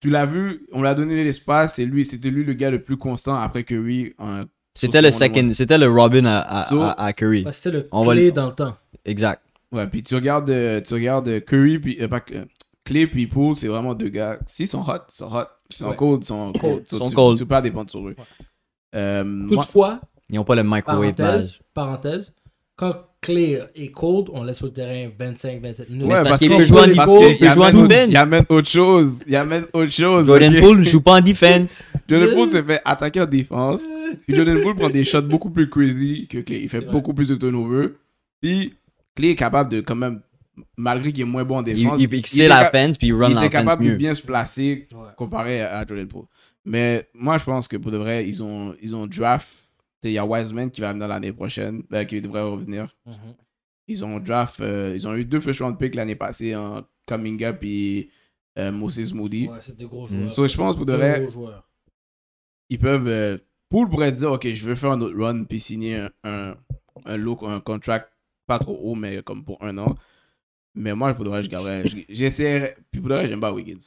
tu l'as vu, on l'a donné l'espace. C'est lui, c'était lui le gars le plus constant après hein. que oui. un- C'était Sur le son second, c'était le Robin à, à- So- à- à Curry. Ouais, Bah, C'était le On va clé le- dans le temps. Exact. Ouais, puis tu regardes, euh, tu regardes Curry, puis euh, pas que- euh, Clay, puis Poole, c'est vraiment deux gars. S'ils sont hot, ils sont hot. S'ils sont Ouais. cold, ils sont cold. So, Ils sont tu, cold. tu peux pas dépendre sur eux. Euh, moi- Toutefois, Ils n'ont pas le microwave badge. parenthèse, parenthèse, quand Clay est cold, on laisse sur le terrain 25-27 minutes. Ouais, Ouais, parce parce qu'il qu'on peut jouer en parce niveau, que il peut y jouer en amène- defense. Il amène autre chose. Il amène autre chose. Jordan ok? Poole ne joue pas en defense. Jordan Poole se fait attaquer en défense. Puis Jordan Poole prend des shots beaucoup plus crazy que Clay. Il fait vrai. beaucoup plus de turnovers. Puis Clay est capable de quand même, malgré qu'il est moins bon en Il, défense, il, il était sait la cap- fence, puis il il run était l'offense capable de mieux. bien se placer Ouais. comparé à à Jordan Poole. Mais moi, je pense que pour de vrai, ils ont, ils ont draft. Tu sais, Il y a Wiseman qui va venir l'année prochaine, euh, qui devrait revenir. Mhm. Ils ont draft, euh, ils ont eu deux first round picks l'année passée en Kaminga puis euh, Moses Moody. Ouais, c'est des gros Mm. joueurs. So, je pense, pour de Des vrai- gros joueurs. Ils peuvent. Euh, Poole pourrait dire Ok, je veux faire un autre run puis signer un, un, un look, un contract pas trop haut, mais comme pour un an. Mais moi, pour de vrai, je garderais. je- J'essaierais. Puis pour de vrai, j'aime pas Wiggins.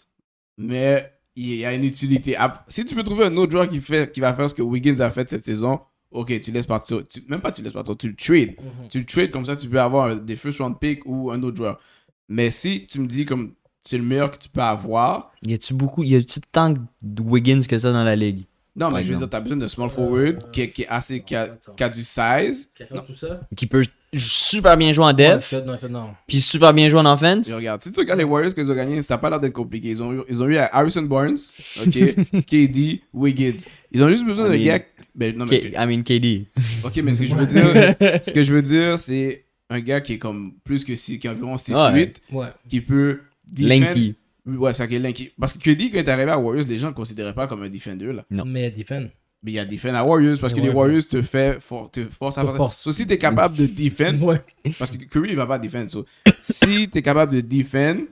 Mais il y a une utilité. Ap- Si tu peux trouver un autre joueur qui, fait, qui va faire ce que Wiggins a fait cette saison, ok, tu laisses partir. tu- même pas tu laisses partir, tu le trades. Mhm. tu le trades comme ça, tu peux avoir un- des first round pick ou un autre joueur. Mais si tu me dis comme c'est le meilleur que tu peux avoir, Y a-tu beaucoup, y a-tu tant de Wiggins que ça dans la ligue? non, mais Par je veux exemple. dire, tu as besoin de small forward qui, est- qui est assez, qui a, qui a du size. Qui a fait tout ça? Qui peut super bien jouer en Ouais, def, fait- non, fait- non. puis super bien jouer en offense. Et regarde, si tu regardes les Warriors qu'ils ont gagné, ça n'a pas l'air d'être compliqué. Ils ont, eu- ils ont eu Harrison Barnes, ok, KD, Wiggins. Ils ont juste besoin de I mean- gars. Ben, non, mais K- I mean, KD. ok, mais ce que je veux dire, ce que je veux dire, c'est un gars qui est comme plus que six, qui a environ 6-8, Ouais. Ouais. qui peut defend- Lanky. Ouais, ça qui est Lanky. Parce que KD, quand il est arrivé à Warriors, les gens ne le considéraient pas comme un defender là. Non. Mais defend. Mais il y a des fans à Warriors parce que Et les ouais, Warriors te, fait for- te forcent à Te faire force. So, si tu es capable de defend, Ouais. parce que Curry il va pas defend. so, si tu es capable de defend,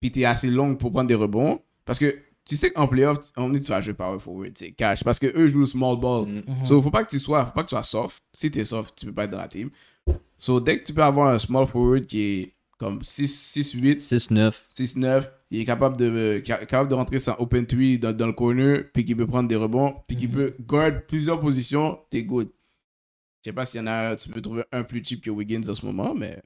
puis tu es assez long pour prendre des rebonds, parce que tu sais qu'en playoff, tu- on dit tu vas jouer power forward, tu sais, cash, parce que eux jouent small ball. Mm. Mhm. So, faut pas que tu sois, faut pas que tu sois soft. Si tu es soft, tu peux pas être dans la team. So, dès que tu peux avoir un small forward qui est comme 6-8, 6-9. 6-9, il est capable de, euh, ca- capable de rentrer sans open three dans, dans le corner, puis qu'il peut prendre des rebonds, puis qu'il Mhm. peut guard plusieurs positions, t'es good. Je sais pas s'il y en a, tu peux trouver un plus cheap que Wiggins en ce moment, mais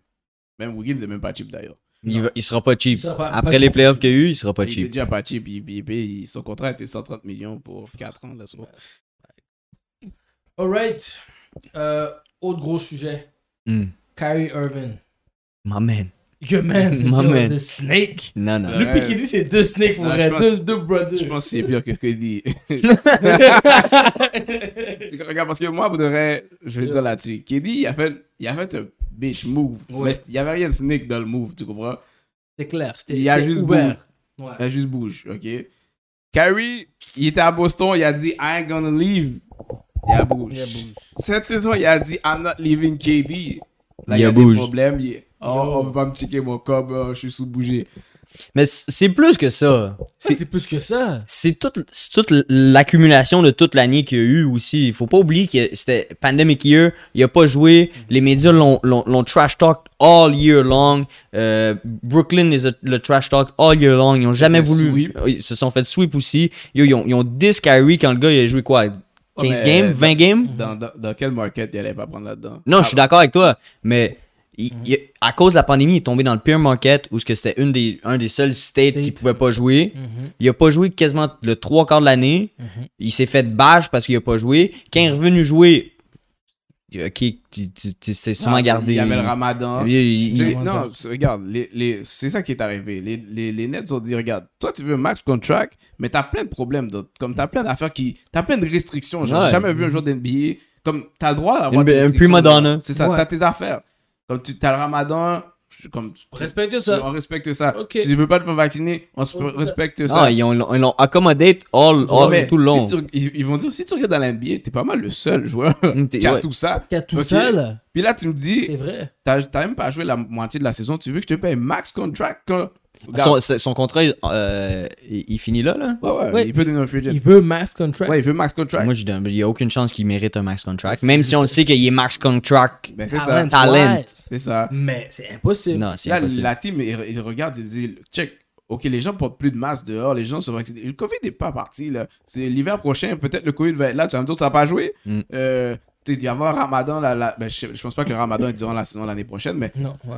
même Wiggins est même pas cheap d'ailleurs. Il, va- il sera pas cheap. Il sera pas- Après pas les cheap. playoffs qu'il y a eu, il sera pas il était cheap. déjà pas cheap, il, il- il- son contrat était 130 millions pour 4 ans. Là, so. Alright. Euh, autre gros sujet. Mm. Kyrie Irving. My man. Your man. My Yo, man. The snake. Non, non. Ouais. Le Lui, Kennedy, c'est deux snakes pour Non, vrai. je pense- Deux, deux brothers. Je pense que c'est pire que ce qu'il dit. ouais, Regarde, parce que moi, pour de vrai, je vais Yeah. dire là-dessus. Keddy, il a fait, il a fait un bitch move. Ouais. Mais il n'y avait rien de snake dans le move, tu comprends? c'est clair. C'était Il a c'était juste Euh, ouvert. Il Ouais. a juste bouge, ok? Kyrie, il était à Boston, il a dit, I ain't gonna leave. Il a bouge. Il a bougé. Cette saison, il a dit, I'm not leaving KD. Là, Il il y a a bouge. des problèmes. il est, Oh, Yo. on va me checker mon cob, oh, je suis sous-bougé. Mais c- c'est plus que ça. Ça, C'est plus que ça. C'est toute, c'est toute l'accumulation de toute l'année qu'il y a eu aussi. Il faut pas oublier que c'était Pandemic Year. Il a pas joué. Les médias l'ont- l'ont l'ont trash talk all year long. Euh, Brooklyn les a- le trash talk all year long. Ils ont jamais fait voulu. sweep. Ils se sont fait sweep aussi. Yo, ils ont, ils ont 10 carry quand le gars il a joué quoi 15 Ouais, mais, games euh, 20 games Mhm. Dans, dans, dans quel market il allait pas prendre là-dedans? Ah, Non, je suis d'accord avec toi, mais il- il- à cause de la pandémie, il est tombé dans le pire market où ce que c'était une des, un des seuls states qui State. pouvait pas jouer. Mm. Mhm. Il a pas joué quasiment le trois quarts de l'année. Mm-hmm. Mhm. Il s'est fait bâche parce qu'il a pas joué. Quand il est revenu jouer, ok, tu- tu- tu- c'est Ah, sûrement gardé. Il y avait le ramadan. Il- il- il- C'est- Ils- non, c'est- regarde, les, les- c'est ça qui est arrivé. Les, les, les Nets ont dit, regarde, toi tu veux max contract, mais t'as plein de problèmes. d'autres. Comme t'as plein d'affaires qui. T'as plein de restrictions. Genre, Ouais. J'ai jamais vu un joueur d'NBA. Comme t'as le droit d'avoir NBA, des un restrictions. prima donna. C'est ça, Ouais. t'as tes affaires. Comme tu t'as le ramadan, je- comme tu- Respectez tu- ça. on respecte ça. Ok. Tu veux pas te faire vacciner, on se- Ok. respecte ça. Ah, ils ont- ils l'ont ils l'ont accommodé all, Non, all- mais tout le long. si tu- ils, ils vont dire, si tu regardes dans l'NBA, t'es pas mal le seul joueur Mm, t'es- qui a ouais. tout ça. Qu'à tout Ok. seul, Puis là, tu me dis, c'est vrai. T'as t'as même pas joué la moitié de la saison. Tu veux que je te paye max contract quand. Son, Regarde. son- son contrat, euh, il, il finit là, là? Ouais, ouais, Ouais. il peut donner un free agent. Il veut mass contract. Ouais, il veut max contract. Moi, je donne- il n'y a aucune chance qu'il mérite un max contract. Même si on le sait qu'il est max contract. Ben, c'est Ah, ça. man, Talent. ouais. C'est ça. Mais c'est impossible. Non, c'est Là, impossible. la team, il, il regarde, il dit check. Ok, les gens portent plus de masques dehors, les gens sont vaccinés. Le Covid n'est pas parti, là. C'est l'hiver prochain, peut-être le Covid va être là. Tu vas me dire, ça va pas jouer. Mm. Euh, tu sais, il va y avoir un ramadan. Là, là- ben, je, sais- je pense pas que le ramadan est durant la saison l'année prochaine, mais. Non, ouais.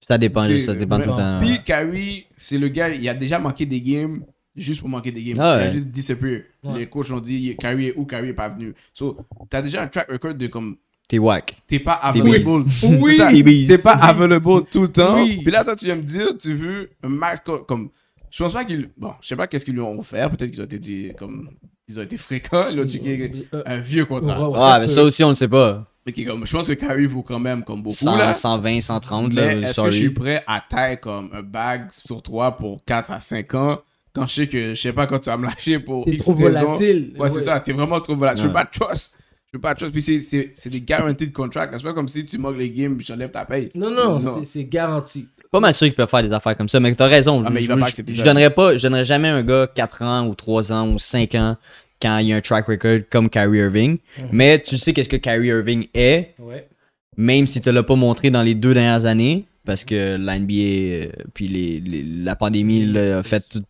Ça dépend, juste, ça Tu sais, dépend mais- tout le temps. Puis Kyrie, c'est le gars, il a déjà manqué des games juste pour manquer des games. Ah Il a ouais. juste disappear. Ouais. Les coachs ont dit Kyrie est où, Kyrie est pas venu. So, t'as déjà un track record de comme T'es whack. t'es pas T'es available. bise. C'est Oui. ça, T'es bise. T'es pas available tout le temps. Oui. Puis là, toi, tu viens me dire, tu veux un match co- comme. Je pense pas qu'ils. Bon, je sais pas qu'est-ce qu'ils lui ont offert. Peut-être qu'ils ont été des- comme. Ils ont été fréquents. Ils ont checké Euh, un vieux contrat. ouais, ouais, Ah, se mais peut. ça aussi, on le sait pas. Mais qui est comme, je pense que Kyrie vaut quand même comme beaucoup. 100, là. 120, 130, Mais là, est-ce que je suis sorry. prêt à taille comme un bag sur toi pour 4 à 5 ans quand je sais que je sais pas quand tu vas me lâcher pour T'es X trop raisons. volatile. Ouais, c'est ça, t'es vraiment trop volatile. Je veux Ouais. pas de trust. Je veux pas de trust. Puis c'est- c'est c'est des guaranteed contracts. C'est pas comme si tu manques les games puis j'enlève ta paye. Non, non, c'est- c'est garanti. Pas mal sûr qu'ils peuvent faire des affaires comme ça, mais t'as raison. Ah, mais je, il va je- pas je- accepter je ça. donnerais pas, je donnerais jamais un gars 4 ans ou 3 ans ou 5 ans quand il y a un track record comme Kyrie Irving. Mhm. Mais tu sais qu'est-ce que Kyrie Irving est, Ouais. même si tu l'as pas montré dans les deux dernières années, parce que l'NBA, euh, puis les, les- la pandémie l'a fait tout.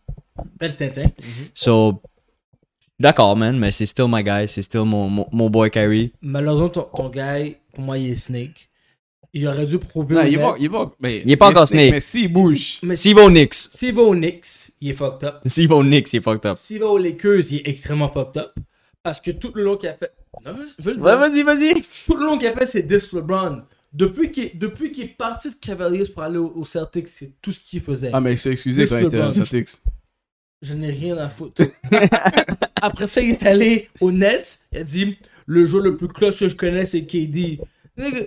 Belle tintin. So, d'accord, man, mais c'est still my guy, c'est still mon, mon, mon boy Kyrie. Malheureusement, ton, ton gars, pour moi, il est Snake. Il aurait dû prouver. Non, aux il est Nets. bon. Il est bon. Mais, Il est pas mais encore c'est- snake. Mais s'il bouge, Mais S'il va aux Knicks, s'il va aux Knicks, il est fucked up. s'il va aux Knicks, il est fucked up. S'il va aux Lakers, il est extrêmement fucked up. Parce que tout le long qu'il a fait. Non, je- je veux le dire. Ouais, vas-y, vas-y. Tout le long qu'il a fait, c'est this LeBron. Depuis qu'il depuis qu'il est parti de Cavaliers pour aller aux, aux Celtics, c'est tout ce qu'il faisait. ah, mais je suis excusé Juste quand il le était au bon. Celtics. Je n'ai rien à foutre. Après ça, il est allé aux Nets. Il a dit Le jeu le plus cloche que je connais, c'est KD. Nigga,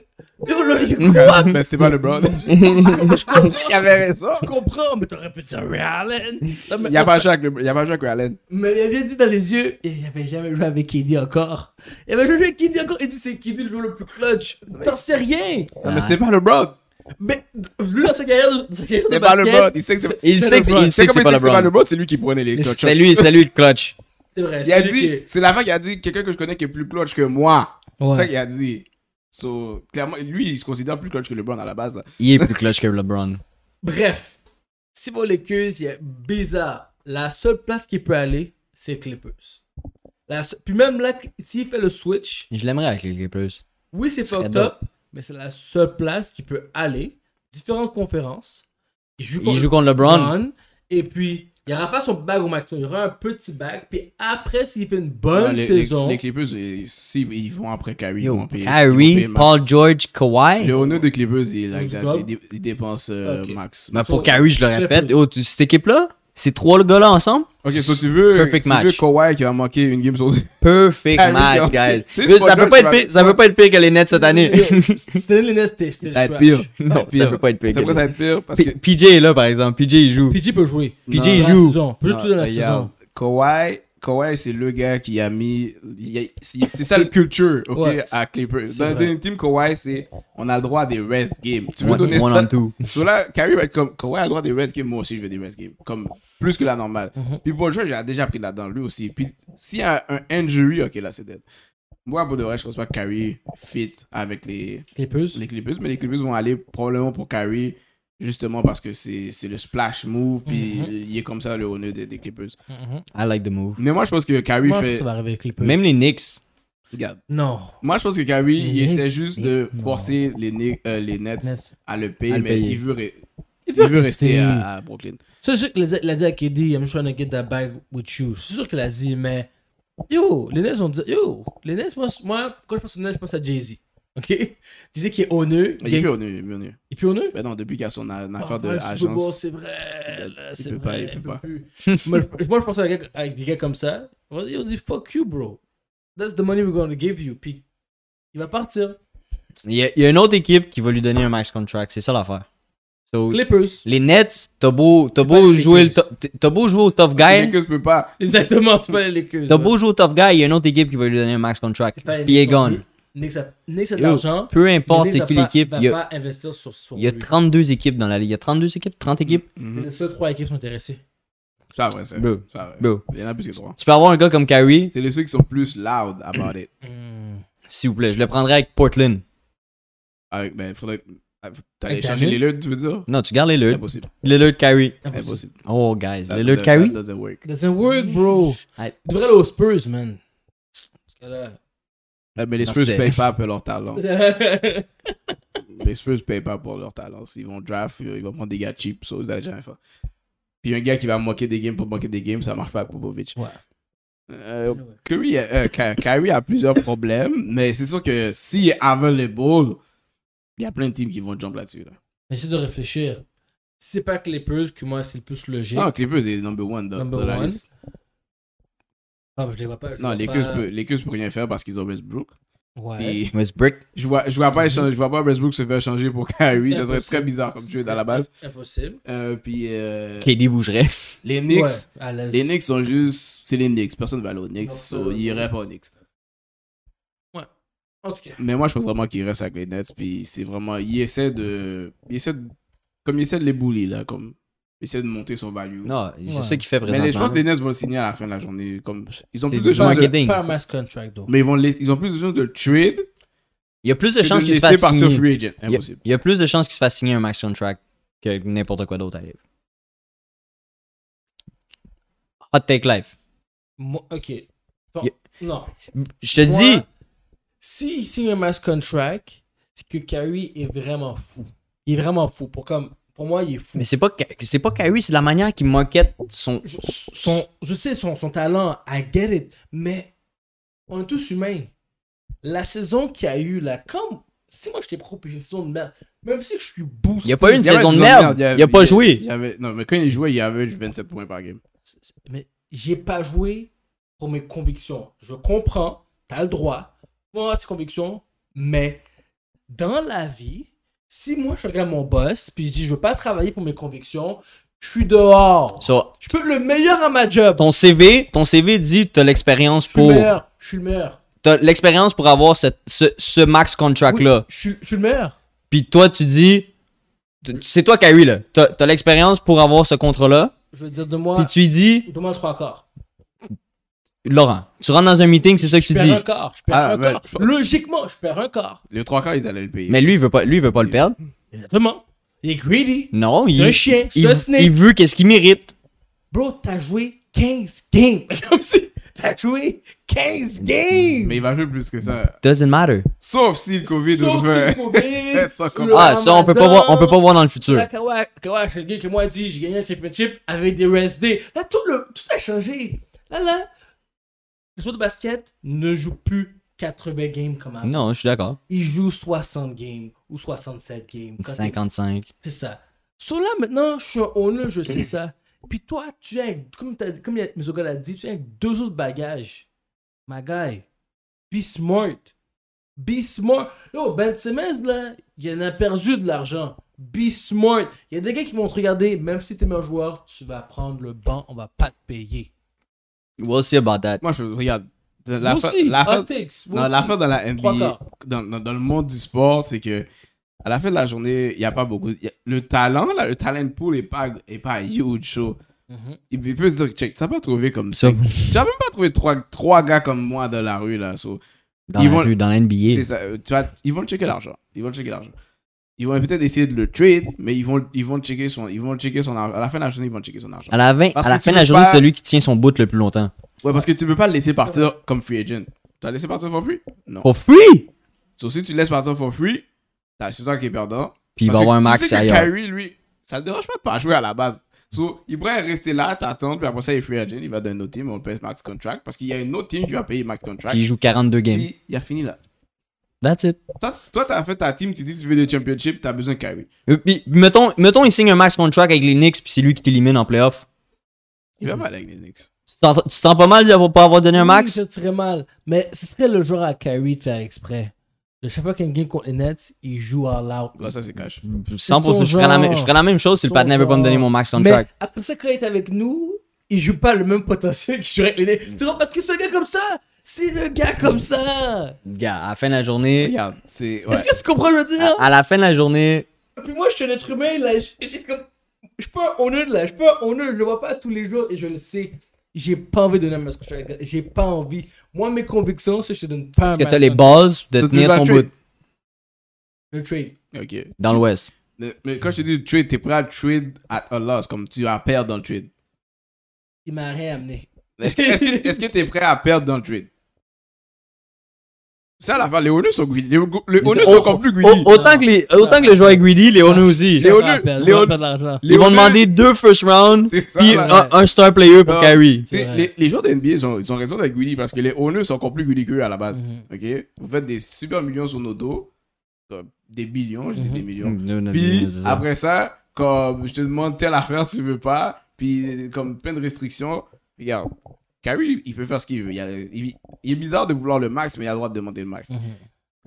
yo, là, il est quoi Mais c'était pas LeBron. Je comprends, Il avait raison. je comprends, mais t'aurais pu dire Ray Allen. Non, mais Il y a on pas sait- joué avec le- il y a pas joué avec Allen. Mais il avait dit dans les yeux Il avait jamais joué avec KD encore. Il avait jamais joué avec KD encore. Il dit C'est KD le joueur le plus clutch. T'en sais rien. Non, Ah, mais c'était pas LeBron. Mais lui, dans sa carrière de, dans sa carrière de C'était pas LeBron. basket, Il sait que c'est- Il sait que c'est- C'est il sait que comme c'est il sait pas que c'est pas LeBron. LeBron. C'est lui qui prenait les clutches. C'est lui, c'est lui le clutch. c'est vrai. Il a c'est lui dit, c'est l'avant qui a dit quelqu'un que je connais qui est plus clutch que moi. qui- Ouais. C'est ça qu'il a dit. So, clairement, lui, il se considère plus clutch que LeBron à la base. là. Il est plus clutch que LeBron. Bref, si vous les Lakers, il est bizarre. La seule place qu'il peut aller, c'est Clippers. La se- Puis même là, s'il fait le switch, Je l'aimerais avec les Clippers. oui, c'est Serait fucked up, mais c'est la seule place qu'il peut aller. Différentes conférences. Il joue Il contre joue contre LeBron. LeBron, Et puis, il n'y aura pas son bag au maximum. Il y aura un petit bag. Puis après, s'il fait une bonne Ouais, Euh, les- saison, Les, les Clippers, ils- s'ils- ils vont après Kyrie, ils Yo, vont payer. ils vont payer Harry, max. Paul George, Kawhi. Le honneur de Clippers, il, like Let's that, go. il dé- il dépense euh, Ok. max. Mais So- Bah, pour Kyrie, je le répète, Clippers. oh, tu- cette équipe-là, ces trois gars-là ensemble, Ok, so tu veux, Perfect tu match. veux Kawhi qui va manquer une game sur deux. perfect Kyrie, Kyrie. match, guys. C'est Yo, Paul George Ça peut pas être qui va- pire- ça peut pas être pire que les Nets cette année. C'était les Nets, c'était c'était Ça va le être trash. pire. Non, ça pire. peut pas être pire. C'est que vrai, ça les va Nets. être pire parce que. P- PJ est là, par exemple. PJ, il joue. PG peut jouer. PJ, il Dans la joue. Ah, saison. Peut Non, jouer dans la regarde, saison. Kawhi, Kawhi c'est le gars qui a mis. il a- C'est c'est ça le culture, ok, Ouais, à Clippers. c'est Dans, dans vrai. une team, Kawhi, c'est. On a le droit à des rest games. Tu veux One- donner one ça. on two. So là, Kyrie va être comme. Kawhi a le droit à des rest games. Moi aussi, je veux des rest games. Comme plus que la normale. Mhm. Puis Paul George, il a déjà pris là-dedans, lui aussi. Puis s'il y a un injury, ok, là, c'est dead. Moi, pour de vrai, je pense pas que Kyrie fit avec les, Clippers. les Clippers, mais les Clippers vont aller probablement pour Kyrie, justement parce que c'est c'est le splash move, puis Mhm. il est comme ça le honneur des, des Clippers. Mhm. I like the move. Mais moi, je pense que Kyrie Moi, fait. ça va arriver avec Clippers. Même les Knicks. Regarde. Non. Moi, je pense que Kyrie, il Les essaie Knicks, juste les- de non. forcer les, Kni- euh, les Nets, Nets. à le payer, À le mais payer. il veut, re- Il il veut rester à, à Brooklyn. C'est sûr qu'il a dit- il a dit à KD, I'm trying to get that bag with you. C'est sûr qu'il a dit, mais yo, les Nets ont dit, yo, les Nets, moi, moi, quand je pense aux Nets, je pense à Jay-Z. Ok? Jay-Z qui est honneux. Il est gang- plus honneur, il est plus honneur. Il est plus honneux? Ben non, depuis qu'il a son a- affaire Ah, de le Super Bowl, agence. C'est vrai, Il- là, il c'est peut vrai. pas, il peut il peut pas. plus. moi, je, moi, je pensais à un gars- avec des gars comme ça. Ils ont dit, fuck you, bro. That's the money we're gonna give you. Puis il va partir. Il y, a, il y a une autre équipe qui va lui donner un max contract. C'est ça l'affaire. So, Clippers. les Nets, t'as beau, t'as pas beau les jouer le Lakers. to- t'as beau jouer au tough Quelqu'un guy. que je peux pas. Exactement, tu peux aller les queues. T'as beau jouer au tough guy, il y a une autre équipe qui va lui donner un max contract. C'est pas les Puis il est Knicks non gone. plus. Knicks a Knicks a de Yo, l'argent. Peu importe Nets c'est a qui pas- l'équipe, va il y, a- pas investir sur son. il y a lui. 32 équipes dans la ligue. Il y a 32 équipes, 30 Mm. équipes. C'est les seules trois équipes qui sont intéressées. Mm-hmm. Ça, ouais, c'est Bro. ça, ouais. Bro. Il y en a plus que trois. Tu peux avoir un gars comme Kyrie, C'est les ceux qui sont plus loud about it. Hmm. s'il vous plaît, je le prendrais avec Portland. Avec, ben, faudrait. T'allais Avec changer les Daniel? leux, tu veux dire Non, tu gardes les Lillard. Impossible. Les Lillard, Kyrie. Impossible. Impossible. Oh, guys. That Les Lillard, doesn't- Kyrie. that doesn't work. Doesn't work, Hmm. bro. Aye. Tu devrais aller aux Spurs, man. Parce que là- Ah, Mais les Non, Spurs c'est- payent pas pour leur talent. les Spurs payent pas pour leur talent. Ils vont draft, euh, ils vont prendre des gars cheap, ça, ils n'allez jamais faire. Puis un gars qui va manquer des games pour manquer des games, ça marche pas pour Popovic. Ouais. Euh, Curry, euh, Ky- Kyrie a plusieurs problèmes, mais c'est sûr que s'il est available, il y a plein de teams qui vont jump là-dessus. Là. Mais J'essaie de réfléchir. Si c'est pas Clippers, que moi, c'est le plus logique. Non, Clippers est number one dans, Number dans la one. liste. Ah, mais je les vois pas. je Non, vois les pas. Lakers peut, Lakers peut rien faire parce qu'ils ont Westbrook. Ouais. Puis, Westbrook. je vois, je vois pas, échange- je vois pas Westbrook se faire changer pour Kyrie. Ça serait Impossible. très bizarre comme tu es dans la base. Impossible. Euh, puis, euh, KD bougerait. les Knicks, Ouais, à l'aise. les Knicks sont juste, c'est les Knicks. Personne va aller aux Knicks. Non, so, euh, ils iraient pas aux Knicks. En tout cas. Mais moi, je pense vraiment qu'ils restent avec les Nets. Puis, c'est vraiment, ils essaient de, ils essaient de- comme ils essaient de les bully là, comme, ils essaient de monter son value. Non, c'est Ouais. ça qu'il fait Mais présentement. les- je pense que les Nets vont le signer à la fin de la journée. Comme, ils ont C'est plus de du chances. de- marketing. Pas un mass contract, donc. Mais ils vont, laisser- ils ont plus de chances de le trade Il y a plus que de chances de qu'il le se fasse laisser partir signer. free agent. Il y a- Impossible. il y a plus de chances qu'il se fasse signer un max contract que n'importe quoi d'autre arrive. Hot take life. Moi- ok. Bon, Y- Non. Je te Moi, dis, Si il signe un mass contract, c'est que Kyrie est vraiment fou. Il est vraiment fou. Pour, comme, pour moi, il est fou. mais c'est pas Ka- c'est pas Kyrie, c'est la manière qu'il moquette son. je, son, je sais son, son talent, I get it, mais on est tous humains. La saison qu'il y a eu, là, comme si moi j'étais pro, puis une saison de merde, même si je suis boosté. Il y a pas eu une Il y avait saison de une merde. avait- Il a pas avait- joué. il avait- non, mais quand il jouait, il avait 27 points par game. Mais j'ai pas joué pour mes convictions. Je comprends, t'as le droit, moi, ses convictions, mais dans la vie, si moi je regarde mon boss, puis je dis je veux pas travailler pour mes convictions, je suis dehors. So, Je peux être le meilleur à ma job. ton CV, ton CV dit t'as l'expérience Je suis le pour meilleur. Je suis le meilleur. t'as l'expérience pour avoir ce, ce, ce max contract Oui, là. je, suis- je suis le meilleur. Puis toi tu dis tu- c'est toi Kyrie là. T'as t'as l'expérience pour avoir ce contrat là. Je veux dire, de moi, Puis tu lui dis de moi trois quarts. Laurent, tu rentres dans un meeting, c'est ça que Je tu perds dis. un quart, je perds Ah, un ben, quart. je pense- Logiquement, je perds un quart. Les trois quarts, ils allaient le payer. Mais lui, il veut pas, lui, il veut pas le perdre. Exactement. Il est greedy. Non, il, C'est un chien, c'est il, un snake. il veut qu'est-ce qu'il mérite. Bro, t'as joué 15 games. Comme si t'as joué 15 games. Mais il va jouer plus que ça. Doesn't matter. Sauf si le Covid Sauf revient. le Covid, Ça, le comme- Ah, ça, on peut pas Ramadan. voir, on peut pas voir dans le futur. Là, Kawhi, Kawhi, c'est le gars qui m'a dit, j'ai gagné un championship avec des rest days. Là, tout, le, tout a changé. Là, là, les joueurs de basket ne jouent plus 80 games comme avant. Non, je suis d'accord. Ils jouent 60 games ou 67 games. Quand t'es- 55. C'est ça. So là, maintenant, je suis un owner, je Mhm. sais ça. Puis toi, tu viens avec, comme, t'as- comme Mizogal a dit, tu viens avec deux autres bagages. My guy, be smart. Be smart. Yo, Ben Simmons, là, il en a perdu de l'argent. Be smart. Il y a des gars qui vont te regarder, même si t'es meilleur joueur, tu vas prendre le banc, on va pas te payer. We'll see about that. Moi, je regarde. La Moi fa- aussi, la fa- Antics, moi Non, aussi. l'affaire dans la Trois NBA, quarts. dans, dans- dans le monde du sport, c'est que à la fin de la journée, il n'y a pas beaucoup. il y a- le talent, là, le talent pool n'est pas, est pas huge. so. Mhm. Il, il peut se dire, check, tu n'as pas trouvé comme Ça, ça. Tu n'as même pas trouvé trois, trois gars comme moi dans la rue. Là, so. dans Ils la vont- rue, dans C'est l'NBA. ça, euh, tu vois, ils vont le checker l'argent. Ils vont le checker l'argent. Ils vont peut-être essayer de le trade, mais ils vont, ils vont checker son, ils vont checker son argent. À la fin de la journée, ils vont checker son argent. À la, fin- Parce à la que tu fin de la peux journée, pas- c'est celui qui tient son bout le plus longtemps. Ouais, parce que tu peux pas le laisser partir comme free agent. Tu as laissé partir for free Non. For free! So, si tu le laisses partir for free, t'as- c'est toi qui es perdant. Puis il va Parce avoir un que max tu sais que ailleurs. Kyrie, lui, ça le dérange pas de pas jouer à la base. So, il pourrait rester là, t'attendre, puis après ça, il est free agent, il va d'un autre team, on le paye max contract, parce qu'il y a une autre team qui va payer max contract. Puis il joue 42 games. Puis, il a fini là. That's it. Toi, tu- toi, t'as fait ta team, tu dis tu veux des championships, t'as besoin de Kyrie. Et Euh, Puis, mettons, mettons, il signe un max contract avec les Knicks, puis c'est lui qui t'élimine en playoff. Il va pas aller avec les Knicks. Tu te sens- tu te sens pas mal de pas avoir donné un max? Oui, je serais mal. Mais ce serait le joueur à Kyrie de faire exprès. De chaque fois qu'il gagne contre les Nets, il joue all out. Bah, ça, c'est cash. 100%, son je ferais, la, même- je genre. ferais la même chose si le Son partner veut pas me genre. donner mon max Mais contract. après ça, quand il est avec nous, il joue pas le même potentiel qu'il jouerait avec les Mm. Nets. Tu vois, parce que ce gars comme ça, c'est le gars comme ça. Gars, à la fin de la journée, Regarde, c'est. Ouais. Est-ce que tu comprends, ce que je veux dire? à, à la fin de la journée, Puis moi, je suis un être humain, là. Je je suis comme. Je suis pas un honneur, là. Je suis pas un honneur. Je le vois pas tous les jours et je le sais. J'ai pas envie de donner un masque. J'ai pas envie. Moi, mes convictions, c'est que je te donne pas un est-ce que masque. t'as les bases de Toi, tu tenir vas ton trade. bout Le trade. Ok. dans l'Ouest? Mais- Mais quand je te dis trade, t'es prêt à trade at a loss, comme tu as à perdre dans le trade. Il m'a rien amené. Est-ce que- est-ce que est-ce que t'es prêt à perdre dans le trade? Ça, la fin, les Honus sont greedy. Les, go- les Honus sont Oh, encore plus au- greedy. autant, que les, autant que le joueur est greedy, les Ah. Honus aussi. Les Honus- les Honus- les Ils vont Honus- demander deux first round, C'est ça, puis là. Ah. un, un star player pour Non. Kyrie. Tu sais, C'est vrai. les, les joueurs de NBA, ils ont, ils ont raison d'être greedy parce que les owners sont encore plus greedy qu'eux à la base. Ok? Vous faites des super millions sur nos dos, comme des billions, je dis des millions. Puis après ça, comme je te demande telle affaire, tu veux pas, puis comme plein de restrictions, regarde. Kyrie, il peut faire ce qu'il veut. Il, y a- il- il est bizarre de vouloir le max, mais il a le droit de demander le max.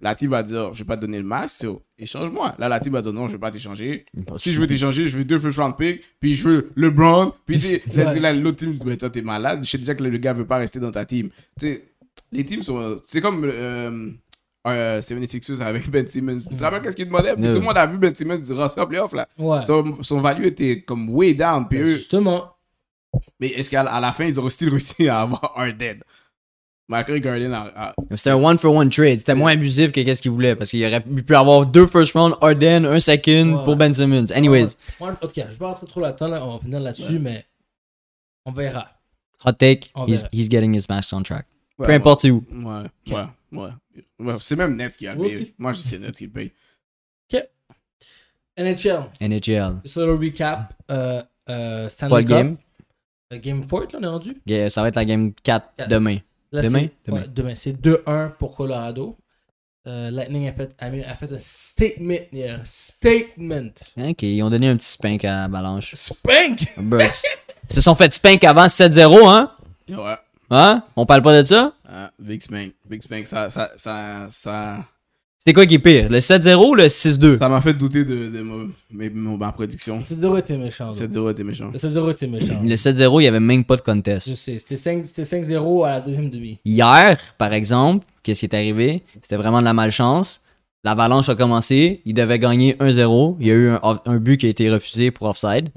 La team va dire, je vais pas te donner le max, so, échange-moi. Là, la team va dire, non, je vais pas t'échanger. Si je veux t'échanger, je veux deux first round pick, puis je veux LeBron, puis t'es- laisse- là, l'autre team, mais toi t'es malade, je sais déjà que le gars veut pas rester dans ta team. Tu sais, les teams sont. C'est comme euh, euh, 76ers avec Ben Simmons. Tu te rappelles qu'est-ce qu'il demandait? Puis Ouais. Tout le monde a vu Ben Simmons dire, oh, c'est en playoff là. Mm. Ouais. Ben, Son, son value était comme way down, puis eux- Justement. Mais est-ce qu'à à la fin, ils auront still réussi à avoir un dead? Malgré qu'Arden a. a- C'était un one for one trade. C'était moins abusif que qu'est-ce qu'il voulait parce qu'il aurait pu avoir deux first round, Harden, un second Ouais. pour Ben Simmons. Anyways, Moi, en tout cas, je vais pas rentrer trop là-dedans, là, on va finir là-dessus, mais on verra. hot take, On he's, verra. he's getting his match on track. Ouais, Peu importe c'est où. Ouais, ouais, ouais. Ouais, c'est même Nets qui a le Moi payé. aussi. Moi, je sais Nets qui le paye. NHL, NHL. juste le recap. Euh, euh, Stanley Pas le Cup, game. euh, Game 4, là, on est rendu. Yeah, Ça va être la game 4 Quatre. demain. Là, Demain? c'est- ouais, demain. C'est 2-1 pour Colorado. Euh, Lightning a fait, a mis- a fait un statement hier. Statement. Ok, ils ont donné un petit spank à Avalanche. Spank! Burks. Ils se sont fait spank avant 7-0, hein? Ouais. Hein? On parle pas de ça? Ah, Big Spank. Big Spank, ça, ça, ça, ça, C'était quoi qui est pire? Le 7-0 ou le 6-2? ça m'a fait douter de, de ma, mes- mon- ma prédiction. C'est 0 était méchant. là. 7-0 était méchant. Le 7-0 était méchant. Le 7-0, il n'y avait même pas de contest. Je sais, c'était 5 c'était 5-0 à la deuxième demi. Hier, par exemple, qu'est-ce qui est arrivé? C'était vraiment de la malchance. L'avalanche a commencé. Il devait gagner 1-0. Il y a eu un, off- un but qui a été refusé pour offside.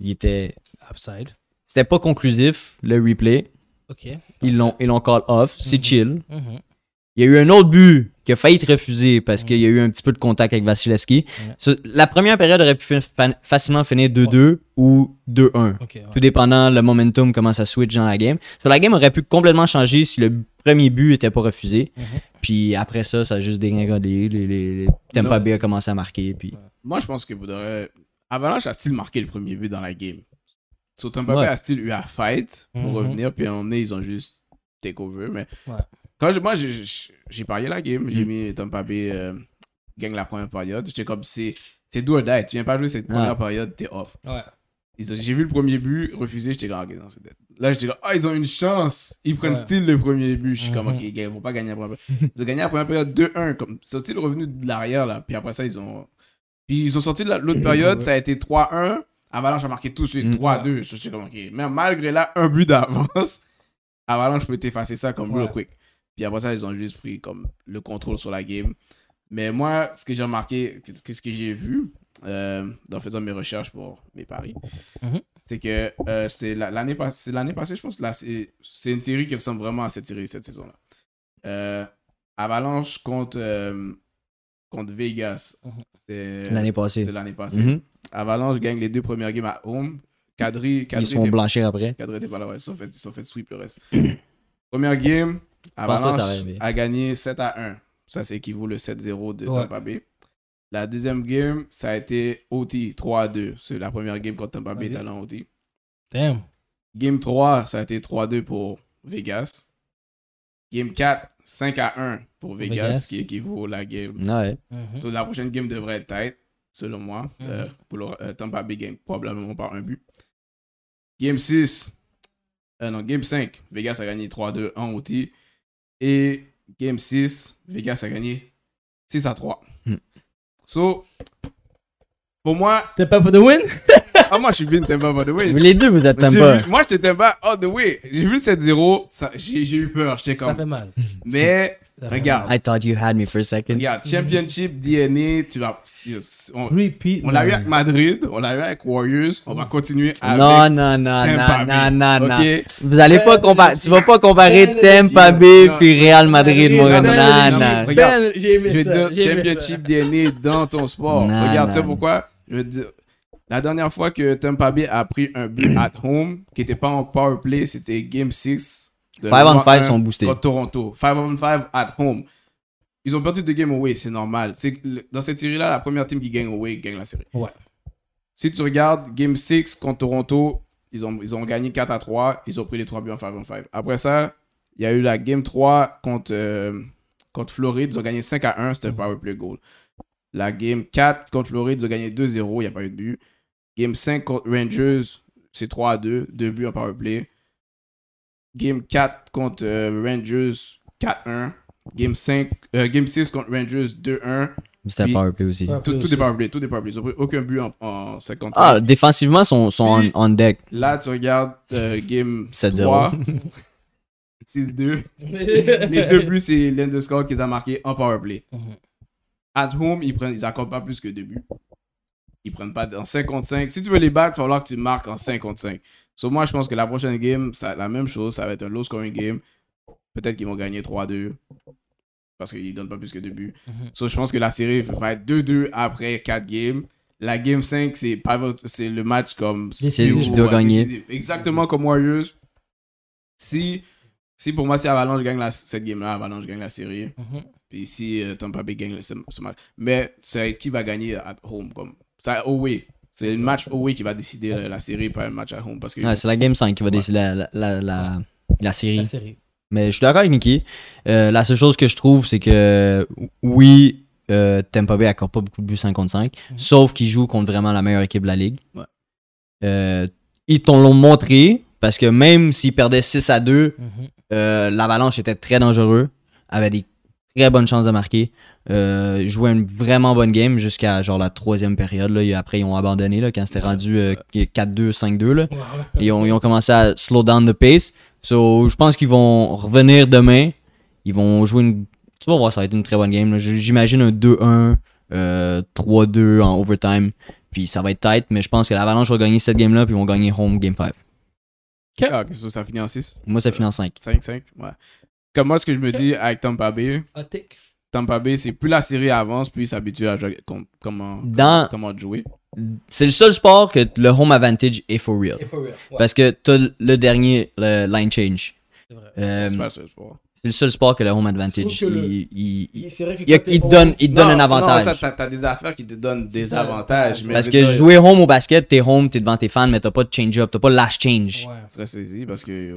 Il était. Upside. C'était pas conclusif, le replay. OK. Ils l'ont, ils l'ont call off. C'est chill. Mhm. Il y a eu un autre but qui a failli être refusé parce qu'il y a eu un petit peu de contact avec Vasilevski. Ouais. Ce- La première période aurait pu fin- fan- facilement finir 2-2 ou 2-1. OK, ouais. Tout dépendant le momentum, comment ça switch dans la game. So, la game aurait pu complètement changer si le premier but était pas refusé. Mhm. Puis après ça, ça a juste dégringolé. Les, les, les Tampa Non. Bay a commencé à marquer. Puis... Moi, je pense que vous devrez- Avalanche a style marqué le premier but dans la game. So, Tampa Bay Ouais. a style eu à fight pour Mhm. revenir, puis à un moment donné, ils ont juste take over. Mais Ouais. quand je- moi, j'ai- j'ai j'ai parié la game, j'ai Mhm. mis Tampa Bay euh, gagne la première période. J'étais comme, c'est c'est do or die. Tu viens pas jouer cette Ouais. première période, t'es off. Ouais. Ils ont- J'ai vu le premier but refusé, j'étais comme, ah, ok, non, c'est dead. Là, j'étais comme, ah, ils ont une chance. Ils prennent Ouais. style le premier but. Je suis comme, Mhm. ok, les gars, ils vont pas gagner la première période. Ils ont gagné la première période 2-1. Comme... Ils sont style revenus de l'arrière, là. Puis après ça, ils ont. Puis ils ont sorti de la- l'autre période, ça a été 3-1. Avalanche a marqué tout de suite Mhm. 3-2. Je suis comme, ok. Mais malgré là, un but d'avance, Avalanche peut effacer ça comme real Ouais. quick. Puis après ça, ils ont juste pris comme le contrôle sur la game. Mais moi, ce que j'ai remarqué, ce que- ce que j'ai vu euh, en faisant mes recherches pour mes paris, Mhm. c'est que euh, c'est la- l'année pas- c'est l'année passée, je pense, là, c'est c'est une série qui ressemble vraiment à cette série cette saison-là. Euh, Avalanche contre, euh, contre Vegas. Mhm. C'est L'année passée. c'est l'année passée. Mhm. Avalanche gagne les deux premières games à home. Kadri, Kadri Ils se font était- blanchir après. Cadre était pas là, ouais. Ils se sont fait, ils se sont fait sweep le reste. Première game, Parfois, ça Avalanche arrive. a gagné 7 à 1. Ça, c'est équivaut le 7-0 de Ouais. Tampa Bay. La deuxième game, ça a été OT, 3 à 2. C'est la première game contre Tampa Bay, Ok. était allé en OT. Damn. Game 3, ça a été 3-2 pour Vegas. Game 4, 5 à 1 pour Vegas, Vegas. qui équivaut la game. Ouais. Mhm. So, la prochaine game devrait être tight, selon moi. Mhm. Euh, pour le- euh, Tampa Bay gagne probablement par un but. Game 6, euh, non, game 5, Vegas a gagné 3-2 en OT. Et game 6, Vegas a gagné 6 à 3. Mm. So, pour moi, T'es pas pour the win? ah, moi je suis bien Tampa by the way. Mais les deux, vous êtes J'ai Tampa. hein? vu- moi j'étais Tampa all Oh, the way. J'ai vu 7-0, ça- j'ai j'ai eu peur, j'étais Ça comme. fait mal. Mais Ça fait Mm-hmm. regarde, I thought you had me for a second. regarde, championship, DNA, tu vas. on- mal. Repeat. on l'a eu man. avec Madrid, on l'a eu avec Warriors, on Mm. va continuer avec Non, non, non, non, Tampa non, Bay. non, non. Ok? Vous allez pas Belle comparer, énergie. tu vas pas comparer Belle Tampa énergie. Bay puis Real Madrid, Belle mon gars. énergie. Non, Belle non. énergie. Ben, j'ai aimé Je veux ça. dire, j'ai aimé ça. championship DNA dans ton sport. Non, Regarde, tu sais non. pourquoi? Je veux dire, la dernière fois que Tampa Bay a pris un but at home, qui n'était pas en power play, c'était Game 6. de 5 on 5 1 sont boostés. Contre Toronto. 5 on 5 at home. Ils ont perdu deux games away, c'est normal. C'est que le- Dans cette série-là, la première team qui gagne away gagne la série. Ouais. Si tu regardes Game 6 contre Toronto, ils ont, ils ont gagné 4 à 3. Ils ont pris les 3 buts en 5 on 5. Après ça, il y a eu la Game 3 contre, euh, contre Floride. Ils ont gagné 5 à 1. C'était un power play goal. La Game 4 contre Floride, ils ont gagné 2-0. Il n'y a pas eu de but. Game 5 contre Rangers, c'est 3 à 2. 2 buts en power play. Game 4 contre euh, Rangers, 4-1. Game, 5, euh, game 6 contre Rangers, 2-1. C'était un Puis- powerplay aussi. Ouais. Tout, Play tout est aussi. power play, tout est power play. Ils ont pris aucun but en, en 55. Ah, défensivement, ils sont, sont on, Puis- on deck. Là, tu regardes euh, game 7-0. 3, 6-2. Les deux buts, c'est l'underscore qu'ils ont marqué en power play. Mhm. At home, ils prennent, ils accordent pas plus que deux buts. Ils prennent pas en 55. Si tu veux les battre, il va falloir que tu marques en 55. So, moi, je pense que la prochaine game, ça, la même chose, ça va être un low scoring game. Peut-être qu'ils vont gagner 3-2 parce qu'ils donnent pas plus que deux buts. Mhm. So, je pense que la série va être 2-2 après 4 games. La game 5, c'est pas votre- c'est le match comme Décisif. zéro, Tu dois ouais, gagner. décisif. Exactement comme Warriors. Si si pour moi, si Avalanche gagne la, cette game-là, Avalanche gagne la série. Mhm. Puis si euh, Tampa Bay gagne le- ce, ce match. Mais c'est qui va gagner at home. Comme. C'est away. C'est le match away qui va décider la, la série, pas un match at home. Parce que Ouais, c'est la game 5 qui va Ouais. décider la, la, la, la- la série. La série. Mais je suis d'accord avec Nicky. Euh, la seule chose que je trouve, c'est que oui, euh, Tampa Bay accorde pas beaucoup de buts 55, sauf qu'ils jouent contre vraiment la meilleure équipe de la ligue. Ouais. Euh, ils t'en l'ont montré parce que même s'ils perdaient 6 à 2, Mhm. euh, l'Avalanche était très dangereux, avait des très bonnes chances de marquer. Euh, ils jouaient une vraiment bonne game jusqu'à genre la troisième période. Là. Et Après, ils ont abandonné là, quand c'était rendu euh, 4-2, 5-2. là. Ouais, ouais. Et ils ont, ils ont commencé à slow down the pace. So, je pense qu'ils vont revenir demain. Ils vont jouer une. Tu vas voir, ça va être une très bonne game. là. J- J'imagine un 2-1, euh, 3-2 en overtime. Puis ça va être tight, mais je pense que l'Avalanche va gagner cette game-là, puis ils vont gagner home game 5. Okay. Ah, ça, ça finit en 6. Moi, ça finit en 5. 5-5, ouais. Comme moi, ce que je me dis avec Tampa Bay, Hot take. Tampa Bay, c'est plus la série avance, plus ils s'habituent à jouer, com- comment, Dans- comment jouer. C'est le seul sport que le home advantage est for real. Et for real. Ouais, Parce que t'as le dernier, le line change. c'est vrai. Euh, C'est pas ça, je vois. c'est le seul sport que le home advantage, Je trouve que le- il, il- il- Il- C'est vrai que il y a- quand t'es il bon- donne, il donne Non, un avantage. Non, ça, t'as- t'as des affaires qui te donnent C'est des ça, avantages. l'avantage. Mais parce je que veux dire, jouer home au basket, t'es home, t'es devant tes fans, mais t'as pas de change-up, t'as pas de last change. Ouais. Ça, c'est easy parce que euh,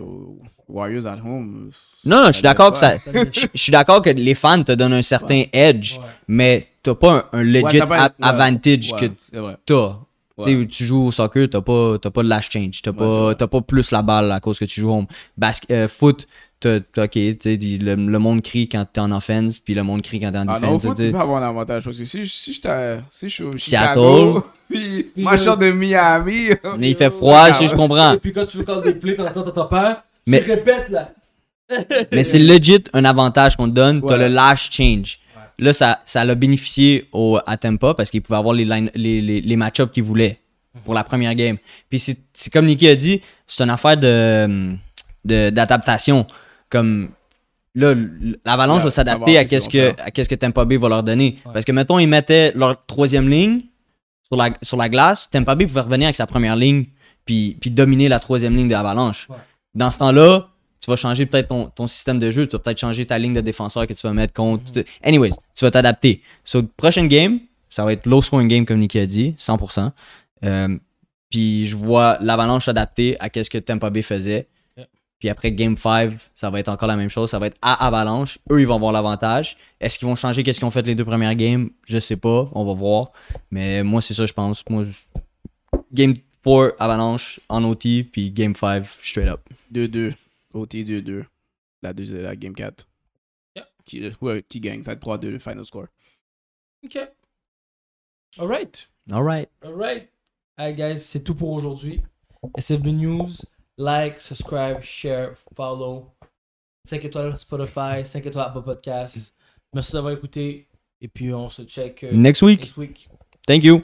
Warriors at home. euh, Non, non, je suis d'accord que ça. Ouais. Je je suis d'accord que les fans te donnent un certain edge, Ouais. mais t'as pas un, un legit Ouais, t'as pas- a- advantage ouais, que C'est vrai. t'as. Ouais. Tu sais, Tu joues au soccer, t'as pas, t'as pas de last change, t'as c'est pas, vrai. t'as pas plus la balle à cause que tu joues home. Basque, euh, foot, t'as, t'as- ok, tu sais, le, le monde crie quand t'es en offense, puis le monde crie quand t'es en Ah non, au defense. foot, tu sais. tu peux avoir un avantage parce que si, si je t'ai- si je suis au Seattle. Chicago, puis machin de Miami. Mais il fait froid, Ouais. si je comprends. Et puis quand tu veux quand des plays, t'entends, t'entends pas. Mais- Mais répète là. Mais c'est legit un avantage qu'on te donne. T'as Ouais. le last change. Là, ça, ça l'a bénéficié au, à Tampa parce qu'il pouvait avoir les, line- les, les, les match-ups qu'il voulait pour la première game. Puis c'est c'est comme Nicky a dit, c'est une affaire de de- d'adaptation. comme là, l- l'avalanche Ouais, va s'adapter savoir à qu'est-ce qu'est-ce qu'ils que vont à qu'est-ce que Tampa Bay va leur donner. Parce que mettons, ils mettaient leur troisième ligne sur la, sur la glace, Tampa Bay pouvait revenir avec sa première ligne puis, puis dominer la troisième ligne de l'avalanche. Ouais. Dans ce temps-là, tu vas changer peut-être ton, ton système de jeu, tu vas peut-être changer ta ligne de défenseur que tu vas mettre contre. Mhm. tu- Anyways, tu vas t'adapter. So, prochaine game, ça va être low scoring game comme Nicky a dit, 100%. Euh, puis je vois l'avalanche s'adapter à qu'est-ce que Tampa Bay faisait. Puis après Game 5, ça va être encore la même chose. Ça va être à Avalanche. Eux, ils vont avoir l'avantage. Est-ce qu'ils vont changer qu'est-ce qu'ils ont fait les deux premières games Je sais pas. On va voir. Mais moi, c'est ça, je pense. Moi, je- Game 4, Avalanche en OT. Puis Game 5, straight up. 2-2. OT 2-2. La, deuxième, la game 4. Yeah. Qui, ouais, qui gagne Ça va être 3-2 le final score. Ok. Alright. Alright. Alright. Alright guys, c'est tout pour aujourd'hui. SFB News. Like, subscribe, share, follow. 5 étoiles Spotify, 5 étoiles Apple Podcast. Merci d'avoir écouté. Et puis on se check euh, Next week. next week. Thank you.